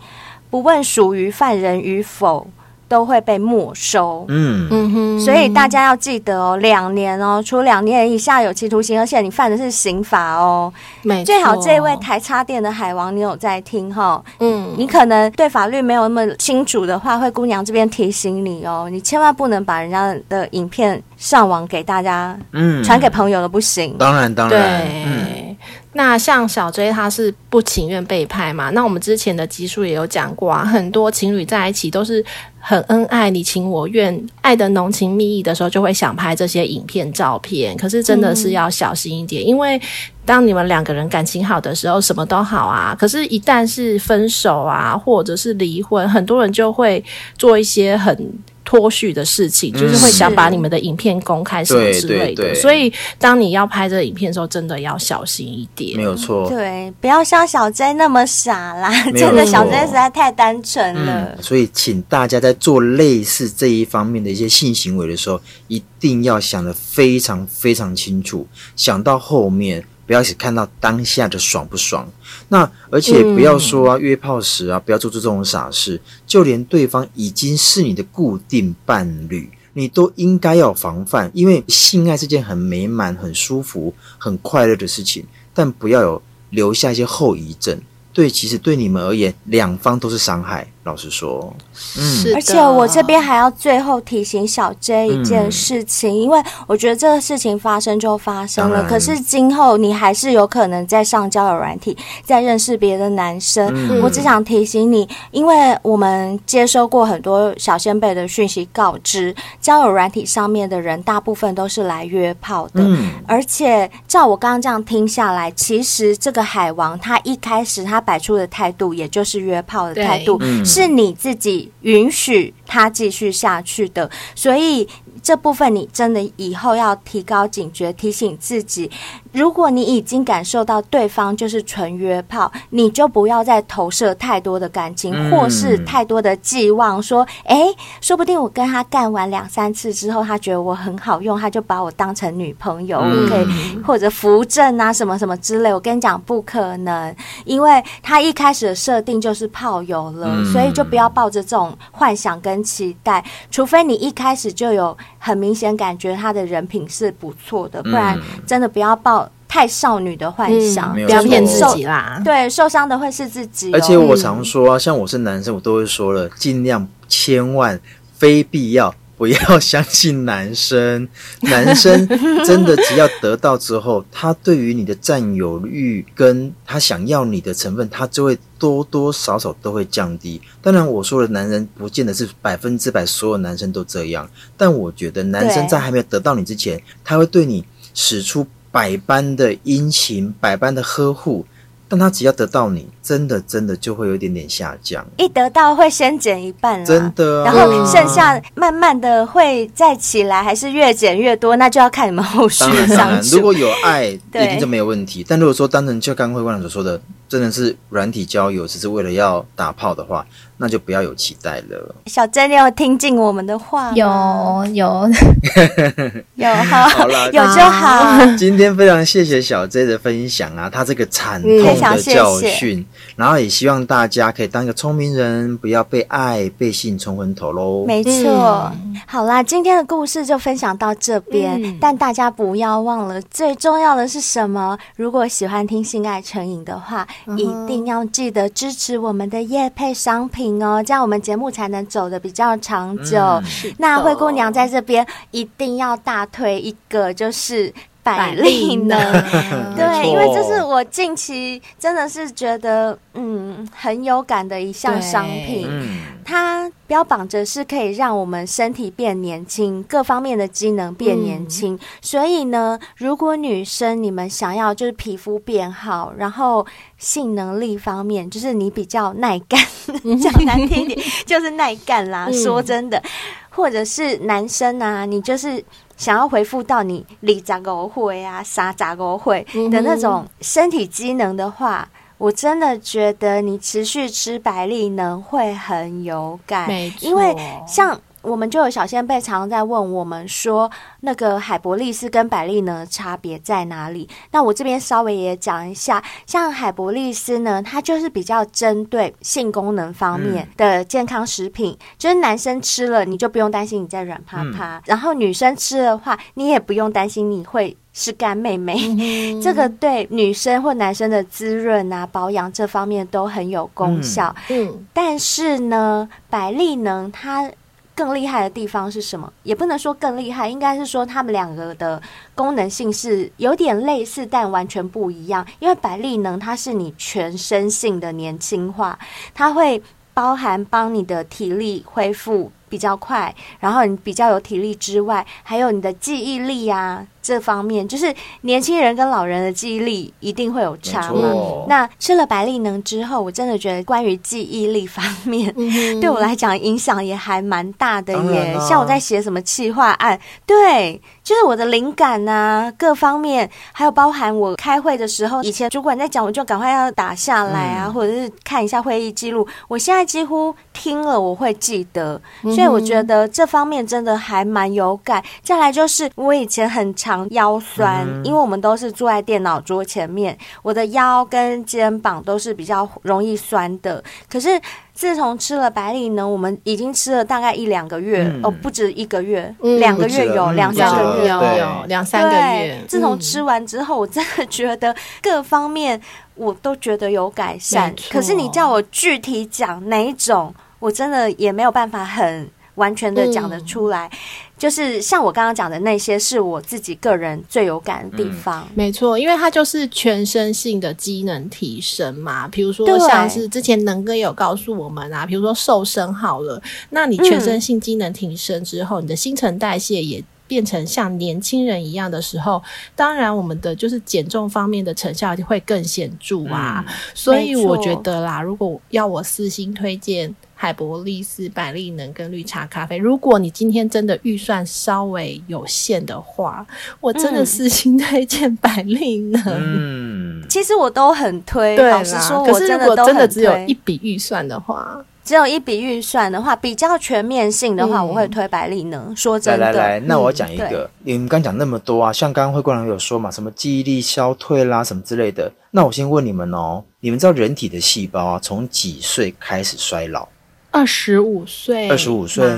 [SPEAKER 2] 不问属于犯人与否，都会被没收。
[SPEAKER 4] 嗯
[SPEAKER 3] 嗯哼，
[SPEAKER 2] 所以大家要记得哦，两年哦，处两年以下有期徒刑，而且你犯的是刑法哦。
[SPEAKER 3] 没
[SPEAKER 2] 最好
[SPEAKER 3] 错
[SPEAKER 2] 这位台插电的海王，你有在听哈、
[SPEAKER 3] 嗯，
[SPEAKER 2] 你可能对法律没有那么清楚的话，灰姑娘这边提醒你哦，你千万不能把人家的影片上网给大家
[SPEAKER 4] 嗯，
[SPEAKER 2] 传给朋友了不行。
[SPEAKER 4] 当然当
[SPEAKER 3] 对
[SPEAKER 4] 然，嗯，。
[SPEAKER 3] 那像小 J 他是不情愿被拍嘛？那我们之前的集数也有讲过啊，很多情侣在一起都是很恩爱，你情我愿，爱的浓情蜜意的时候，就会想拍这些影片照片。可是真的是要小心一
[SPEAKER 4] 嗯
[SPEAKER 3] 点，因为当你们两个人感情好的时候，什么都好啊。可是，一旦是分手啊，或者是离婚，很多人就会做一些很脱序的事情，就是会想把你们的影片公开什么
[SPEAKER 4] 嗯对
[SPEAKER 3] 之类
[SPEAKER 4] 对
[SPEAKER 3] 的。
[SPEAKER 4] 对
[SPEAKER 3] 所以，当你要拍这个影片的时候，真的要小心一点
[SPEAKER 4] 没。有错，
[SPEAKER 2] 对，不要像小 J 那么傻啦，
[SPEAKER 4] 没有
[SPEAKER 2] 真的
[SPEAKER 4] 错
[SPEAKER 2] 小 J 实在太单纯了
[SPEAKER 4] 嗯。，所以请大家在做类似这一方面的一些性行为的时候，一定要想得非常非常清楚，想到后面，不要只看到当下的爽不爽。那而且不要说啊，约炮时啊，不要做出这种傻事，就连对方已经是你的固定伴侣。你都应该要防范，因为性爱是件很美满、很舒服、很快乐的事情。但但不要有留下一些后遗症。对，其实对你们而言，两方都是伤害。老实说，
[SPEAKER 3] 是的，
[SPEAKER 2] 而且我这边还要最后提醒小 J 一件事情，因为我觉得这个事情发生就发生
[SPEAKER 4] 当
[SPEAKER 2] 了，
[SPEAKER 4] 然
[SPEAKER 2] 可是今后你还是有可能在上交友软体，在认识别的男生。
[SPEAKER 4] 嗯
[SPEAKER 2] 我只想提醒你，因为我们接收过很多小先辈的讯息告知，交友软体上面的人大部分都是来约炮的。
[SPEAKER 4] 嗯，
[SPEAKER 2] 而且照我刚刚这样听下来，其实这个海王他一开始他摆出的态度，也就是约炮的态度
[SPEAKER 4] 对嗯，
[SPEAKER 2] 是你自己允许他继续下去的，所以。这部分你真的以后要提高警觉，提醒自己。如果你已经感受到对方就是纯约炮，你就不要再投射太多的感情，
[SPEAKER 4] 嗯
[SPEAKER 2] 或是太多的寄望，说，诶，说不定我跟他干完两三次之后，他觉得我很好用，他就把我当成女朋友，
[SPEAKER 4] 嗯
[SPEAKER 2] 我可以或者扶正啊什么什么之类。我跟你讲，不可能，因为他一开始的设定就是炮友了，
[SPEAKER 4] 嗯
[SPEAKER 2] 所以就不要抱着这种幻想跟期待，除非你一开始就有很明显感觉他的人品是不错的，不然
[SPEAKER 4] 嗯
[SPEAKER 2] 真的不要抱太少女的幻想，
[SPEAKER 4] 没有
[SPEAKER 3] 不要骗嗯自
[SPEAKER 2] 受
[SPEAKER 3] 己啦。
[SPEAKER 2] 对，受伤的会是自己、哦。
[SPEAKER 4] 而且我常说啊，像我是男生，我都会说了，尽量千万非必要不要相信男生。 男生真的只要得到之后，他对于你的占有欲跟他想要你的成分，他就会多多少少都会降低。当然，我说的男人不见得是百分之百所有男生都这样，但我觉得男生
[SPEAKER 2] 对
[SPEAKER 4] 在还没有得到你之前，他会对你使出百般的殷勤，百般的呵护。但他只要得到你，真的真的就会有一点点下降，
[SPEAKER 2] 一得到会先减一半啦，
[SPEAKER 4] 真的
[SPEAKER 2] 然
[SPEAKER 4] 啊、
[SPEAKER 2] 后剩下慢慢的会再起来，还是越减越多，那就要看你们后续
[SPEAKER 4] 当然当
[SPEAKER 2] 相
[SPEAKER 4] 然，如
[SPEAKER 2] 处。
[SPEAKER 4] 果有爱，一
[SPEAKER 2] 对
[SPEAKER 4] 定就没有问题。但如果说单纯就刚刚慧官所说的，真的是软体交友，只是为了要打炮的话，那就不要有期待 了。
[SPEAKER 2] 小珍，你有听进我们的话吗？
[SPEAKER 5] 有有，
[SPEAKER 2] 有好，
[SPEAKER 4] 好啦
[SPEAKER 2] 有就好。
[SPEAKER 4] 今天非常谢谢小 J 的分享啊，他这个惨
[SPEAKER 3] 嗯
[SPEAKER 4] 痛
[SPEAKER 2] 非常
[SPEAKER 4] 的
[SPEAKER 2] 谢
[SPEAKER 4] 教
[SPEAKER 2] 谢
[SPEAKER 4] 训，然后也希望大家可以当一个聪明人，不要被爱、被性冲昏头喽。
[SPEAKER 2] 没错，好啦，今天的故事就分享到这边，
[SPEAKER 3] 嗯
[SPEAKER 2] 但大家不要忘了，最重要的是什么？如果喜欢听性爱成瘾的话，一定要记得支持我们的夜配商品哦，这样我们节目才能走得比较长久。
[SPEAKER 4] 嗯
[SPEAKER 2] 那灰姑娘在这边一定要大推一个，就是百
[SPEAKER 3] 百
[SPEAKER 2] 利
[SPEAKER 3] 利
[SPEAKER 2] 呢
[SPEAKER 3] 呢。
[SPEAKER 4] 没
[SPEAKER 2] 对，
[SPEAKER 4] 错
[SPEAKER 2] 因为这是我近期真的是觉得嗯很有感的一项商品。
[SPEAKER 4] 嗯，
[SPEAKER 2] 它标榜着是可以让我们身体变年轻，各方面的机能变年轻。所以呢，如果女生你们想要就是皮肤变好，然后性能力方面就是你比较耐干， 讲难听一点就是耐干啦。
[SPEAKER 3] 嗯
[SPEAKER 2] 说真的，或者是男生啊，你就是。想要回复到你里杂狗会啊、啥杂狗会的那种身体机能的话，我真的觉得你持续吃百利能会很有感，
[SPEAKER 3] 没错
[SPEAKER 2] 因为像。我们就有小先辈常常在问我们说，那个海博利斯跟百利能的差别在哪里？那我这边稍微也讲一下，像海博利斯呢，它就是比较针对性功能方面的健康食品，就是男生吃了你就不用担心你在软趴趴，然后女生吃的话，你也不用担心你会是干妹妹。 这个对女生或男生的滋润啊、保养这方面都很有功效。
[SPEAKER 3] 嗯，
[SPEAKER 2] 但是呢，百利能它更厉害的地方是什么？也不能说更厉害，应该是说它们两个的功能性是有点类似，但完全不一样。因为百利能它是你全身性的年轻化，它会包含帮你的体力恢复比较快，然后你比较有体力之外，还有你的记忆力啊这方面，就是年轻人跟老人的记忆力一定会有差
[SPEAKER 4] 没
[SPEAKER 2] 嘛。
[SPEAKER 4] 错
[SPEAKER 2] 那吃了百利能之后，我真的觉得关于记忆力方面，对我来讲影响也还蛮大的
[SPEAKER 4] 当然
[SPEAKER 2] 耶。
[SPEAKER 4] 啦
[SPEAKER 2] 像我在写什么企划案，对，就是我的灵感啊，各方面，还有包含我开会的时候，以前主管在讲，我就赶快要打下来啊，
[SPEAKER 4] 嗯
[SPEAKER 2] 或者是看一下会议记录。我现在几乎听了我会记
[SPEAKER 4] 嗯
[SPEAKER 2] 得，所以我觉得这方面真的还蛮有感。再来就是我以前很常。常腰酸，
[SPEAKER 4] 嗯
[SPEAKER 2] 因为我们都是坐在电脑桌前面，我的腰跟肩膀都是比较容易酸的。可是自从吃了百里呢，我们已经吃了大概一两个月，
[SPEAKER 4] 嗯
[SPEAKER 2] 哦，不止一个月，
[SPEAKER 3] 嗯
[SPEAKER 2] 两个
[SPEAKER 4] 不止
[SPEAKER 2] 月
[SPEAKER 4] 了
[SPEAKER 2] 有，
[SPEAKER 4] 嗯
[SPEAKER 2] 两
[SPEAKER 4] 不
[SPEAKER 2] 三
[SPEAKER 4] 止
[SPEAKER 2] 个
[SPEAKER 4] 了
[SPEAKER 2] 月
[SPEAKER 4] 对
[SPEAKER 3] 有有两三个月
[SPEAKER 2] 对，，自从
[SPEAKER 3] 嗯
[SPEAKER 2] 吃完之后，我真的觉得各方面我都觉得有改善
[SPEAKER 3] 没。错
[SPEAKER 2] 可是你叫我具体讲哪一种，我真的也没有办法很完全的讲得
[SPEAKER 3] 嗯
[SPEAKER 2] 出来。就是像我刚刚讲的那些，是我自己个人最有感的地
[SPEAKER 4] 嗯
[SPEAKER 2] 方。
[SPEAKER 3] 没错，因为它就是全身性的机能提升嘛，比如说
[SPEAKER 2] 对
[SPEAKER 3] 像是之前能哥也有告诉我们啊，比如说瘦身好了，那你全身性机能提升之后，你的新陈代谢也。变成像年轻人一样的时候，当然我们的就是减重方面的成效会更显著啊。所以我觉得啦，如果要我私心推荐海博利斯、百利能跟绿茶咖啡，如果你今天真的预算稍微有限的话，我真的
[SPEAKER 2] 嗯
[SPEAKER 3] 私心推荐百利能。
[SPEAKER 4] 嗯，
[SPEAKER 2] 其实我都很推，
[SPEAKER 3] 对
[SPEAKER 2] 老实
[SPEAKER 3] 啦
[SPEAKER 2] 说，
[SPEAKER 3] 可
[SPEAKER 2] 我
[SPEAKER 3] 是
[SPEAKER 2] 真
[SPEAKER 3] 如果
[SPEAKER 2] 的都
[SPEAKER 3] 真
[SPEAKER 2] 很
[SPEAKER 3] 的
[SPEAKER 2] 推。
[SPEAKER 3] 只有一笔预算的话，
[SPEAKER 2] 只有一笔预算的话，比较全面性的话，
[SPEAKER 3] 嗯
[SPEAKER 2] 我会推百丽能。说
[SPEAKER 4] 来
[SPEAKER 2] 真的，嗯
[SPEAKER 4] 来来，那我讲一
[SPEAKER 2] 对
[SPEAKER 4] 个，你们刚讲那么多啊，像刚刚慧冠有说嘛，什么记忆力消退啦，什么之类的。那我先问你们哦，你们知道人体的细胞啊，从几岁开始衰老？
[SPEAKER 3] 二十五岁，
[SPEAKER 4] 25岁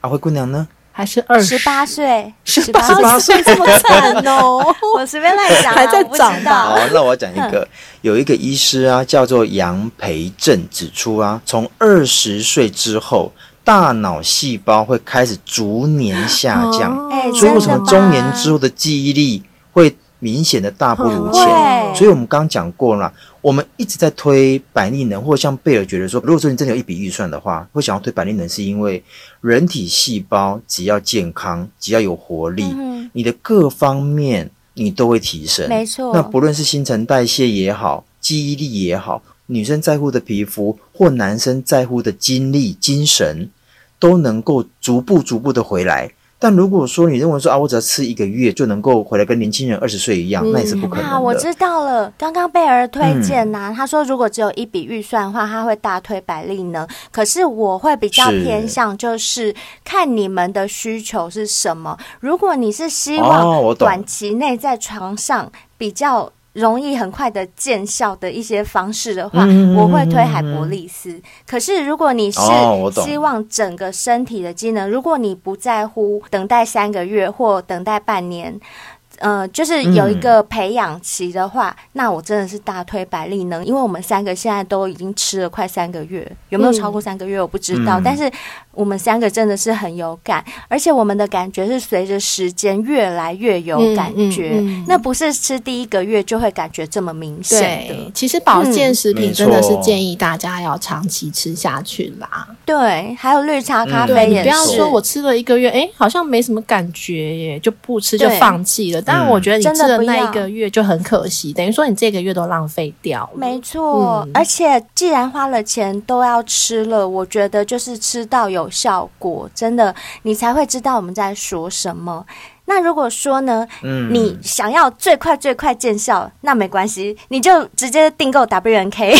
[SPEAKER 4] 啊，灰姑娘呢？
[SPEAKER 3] 还是二
[SPEAKER 2] 十八？岁，
[SPEAKER 3] 十
[SPEAKER 2] 八
[SPEAKER 3] 八岁这么惨 哦！
[SPEAKER 2] 我随便乱讲啊，
[SPEAKER 3] 还在
[SPEAKER 2] 我不知
[SPEAKER 3] 长吧
[SPEAKER 2] 道
[SPEAKER 4] 好，哦那我讲一 个，有一个医师啊，叫做杨培正，指出啊，从二十岁之后，大脑细胞会开始逐年下降，
[SPEAKER 2] 哎
[SPEAKER 3] 哦
[SPEAKER 4] 所以为
[SPEAKER 2] 真
[SPEAKER 4] 什
[SPEAKER 2] 的
[SPEAKER 4] 么
[SPEAKER 2] 吗
[SPEAKER 4] 中年之后的记忆力会明显的大不如前？
[SPEAKER 2] 会
[SPEAKER 4] 所以我们刚刚讲过了，我们一直在推百利能，或者像贝尔觉得说，如果说你真的有一笔预算的话，会想要推百利能，是因为人体细胞只要健康，只要有活力，
[SPEAKER 2] 嗯
[SPEAKER 4] 你的各方面你都会提升。
[SPEAKER 2] 没错
[SPEAKER 4] 那不论是新陈代谢也好，记忆力也好，女生在乎的皮肤或男生在乎的精力、精神，都能够逐步逐步的回来。但如果说你认为说啊，我只要吃一个月就能够回来跟年轻人二十岁一样，那也是不可能的。嗯
[SPEAKER 2] 啊，我知道了。刚刚贝儿推荐呐、他说如果只有一笔预算的话，他会大推百利能。可是我会比较
[SPEAKER 4] 是
[SPEAKER 2] 偏向，就是看你们的需求是什么。如果你是希
[SPEAKER 4] 哦我
[SPEAKER 2] 望
[SPEAKER 4] 懂
[SPEAKER 2] 短期内在床上比较。容易很快的见效的一些方式的话，
[SPEAKER 4] 嗯嗯嗯
[SPEAKER 2] 我会推海博利斯。可是如果你是
[SPEAKER 4] 哦我懂
[SPEAKER 2] 希望整个身体的机能，如果你不在乎等待三个月或等待半年，呃，就是有一
[SPEAKER 3] 嗯
[SPEAKER 2] 个培养期的话，那我真的是大推百利能，因为我们三个现在都已经吃了快三个月，有没有
[SPEAKER 3] 嗯
[SPEAKER 2] 超过三个月我不知道，
[SPEAKER 4] 嗯
[SPEAKER 2] 但是我们三个真的是很有感，而且我们的感觉是随着时间越来越有感觉，
[SPEAKER 3] 嗯嗯嗯
[SPEAKER 2] 那不是吃第一个月就会感觉这么明显
[SPEAKER 3] 对
[SPEAKER 2] 的，，
[SPEAKER 3] 其实保健食
[SPEAKER 4] 嗯
[SPEAKER 3] 品
[SPEAKER 4] 没
[SPEAKER 3] 真的是
[SPEAKER 4] 错
[SPEAKER 3] 建议大家要长期吃下去啦。
[SPEAKER 2] 对，还有绿茶咖
[SPEAKER 4] 嗯
[SPEAKER 2] 啡
[SPEAKER 3] 你
[SPEAKER 2] 也
[SPEAKER 3] 不要
[SPEAKER 2] 是，
[SPEAKER 3] 说我吃了一个月，哎，好像没什么感觉耶，就不吃就
[SPEAKER 2] 对
[SPEAKER 3] 放弃了。当然，
[SPEAKER 4] 嗯
[SPEAKER 3] 我觉得你
[SPEAKER 2] 真
[SPEAKER 3] 吃
[SPEAKER 2] 的
[SPEAKER 3] 了
[SPEAKER 2] 不
[SPEAKER 3] 那
[SPEAKER 2] 要
[SPEAKER 3] 一个月就很可惜，等于说你这个月都浪费掉了。
[SPEAKER 2] 没错，
[SPEAKER 3] 嗯
[SPEAKER 2] 而且既然花了钱都要吃了，我觉得就是吃到有效果，真的你才会知道我们在说什么。那如果说呢，
[SPEAKER 4] 嗯
[SPEAKER 2] 你想要最快最快见效，那没关系，你就直接订购 W N K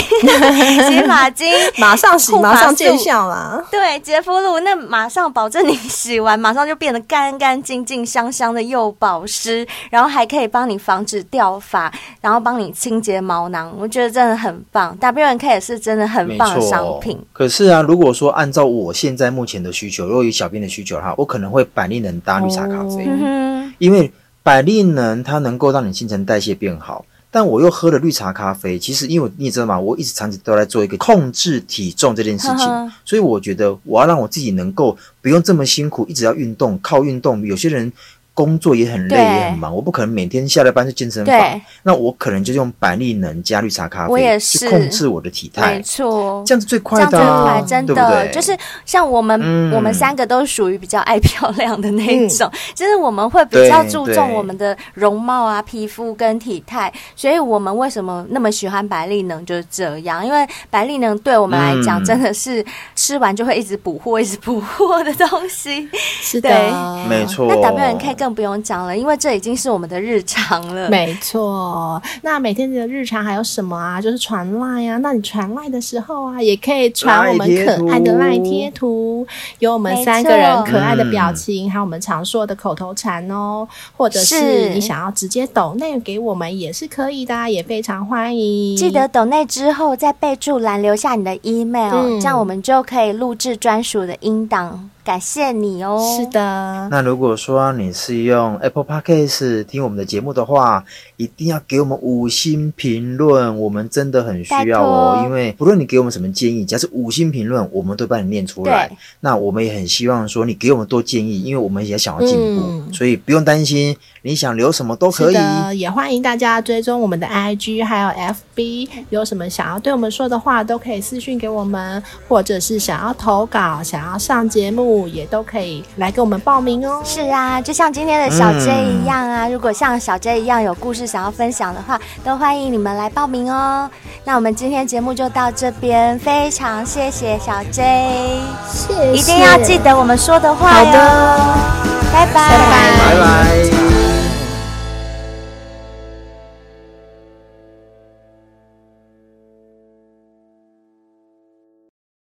[SPEAKER 2] 洗发精，
[SPEAKER 3] 马上洗，
[SPEAKER 2] 护发
[SPEAKER 3] 马上
[SPEAKER 2] 素
[SPEAKER 3] 见效啦。
[SPEAKER 2] 对，洁肤露，那马上保证你洗完马上就变得干干净净、香香的，又保湿，然后还可以帮你防止掉发，然后帮你清洁毛囊，我觉得真的很棒。W N K 也是真的很
[SPEAKER 4] 没
[SPEAKER 2] 棒的
[SPEAKER 4] 错，
[SPEAKER 2] 商品。
[SPEAKER 4] 可是啊，如果说按照我现在目前的需求，如果有小编的需求的话，我可能会百利能搭绿茶咖啡，
[SPEAKER 3] 哦
[SPEAKER 2] 嗯哼，
[SPEAKER 4] 因为百利能它能够让你新陈代谢变好。但我又喝了绿茶咖啡，其实因为你也知道嘛，我一直长期都在做一个控制体重这件事情，
[SPEAKER 2] 呵呵
[SPEAKER 4] 所以我觉得我要让我自己能够不用这么辛苦，一直要运动，靠运动。有些人工作也很累
[SPEAKER 2] 对
[SPEAKER 4] 也很忙，我不可能每天下了班去健身房
[SPEAKER 2] 对，
[SPEAKER 4] 那我可能就用百利能加绿茶咖啡，
[SPEAKER 2] 我也
[SPEAKER 4] 去
[SPEAKER 2] 是
[SPEAKER 4] 控制我的体态
[SPEAKER 2] 没。错。
[SPEAKER 4] 这样子最快
[SPEAKER 2] 这样最
[SPEAKER 4] 的、啊，
[SPEAKER 2] 快，真的
[SPEAKER 4] 对不对？
[SPEAKER 2] 就是像我们、
[SPEAKER 4] 嗯
[SPEAKER 2] 我们三个都属于比较爱漂亮的那一种，就是我们会比较注
[SPEAKER 4] 对
[SPEAKER 2] 重
[SPEAKER 4] 对
[SPEAKER 2] 我们的容貌啊、皮肤跟体态，所以我们为什么那么喜欢白丽能就是这样，因为白丽能对我们来讲
[SPEAKER 4] 嗯
[SPEAKER 2] 真的是吃完就会一直补货、一直补货的东西。
[SPEAKER 3] 是
[SPEAKER 2] 对
[SPEAKER 3] 的，
[SPEAKER 4] 没错。
[SPEAKER 2] 那 W N K 更不用讲了，因为这已经是我们的日常了。
[SPEAKER 3] 没错，那每天的日常还有什么啊？就是传赖啊。那你传赖的时候啊，也可以传我们可爱的赖贴图，有我们三个人可爱的表情，还有我们常说的口头禅哦。或者是
[SPEAKER 2] 是
[SPEAKER 3] 你想要直接抖内给我们也是可以的啊，也非常欢迎。
[SPEAKER 2] 记得抖内之后，在备注栏留下你的 email，、
[SPEAKER 3] 嗯
[SPEAKER 2] 这样我们就可以录制专属的音档。感谢你哦！
[SPEAKER 3] 是的，
[SPEAKER 4] 那如果说你是用 Apple Podcast 听我们的节目的话，一定要给我们五星评论，我们真的很需要
[SPEAKER 2] 拜
[SPEAKER 4] 哦。
[SPEAKER 2] 托
[SPEAKER 4] 因为不论你给我们什么建议，只要是五星评论，我们都帮你念出来
[SPEAKER 2] 对。
[SPEAKER 4] 那我们也很希望说你给我们多建议，因为我们也想要进步，
[SPEAKER 3] 嗯
[SPEAKER 4] 所以不用担心，你想留什么都可
[SPEAKER 3] 是
[SPEAKER 4] 以。
[SPEAKER 3] 的，也欢迎大家追踪我们的 IG 还有 FB，有什么想要对我们说的话，都可以私讯给我们，或者是想要投稿、想要上节目，也都可以来给我们报名哦。
[SPEAKER 2] 是啊，就像今天的小 J 一样啊，如果像小 J 一样有故事想要分享的话，都欢迎你们来报名哦。那我们今天节目就到这边，非常谢谢小 J，
[SPEAKER 5] 谢谢，
[SPEAKER 2] 一定要记得我们说的话
[SPEAKER 5] 好
[SPEAKER 2] 哟。
[SPEAKER 5] 的。
[SPEAKER 2] 拜拜
[SPEAKER 5] 拜
[SPEAKER 4] 拜拜。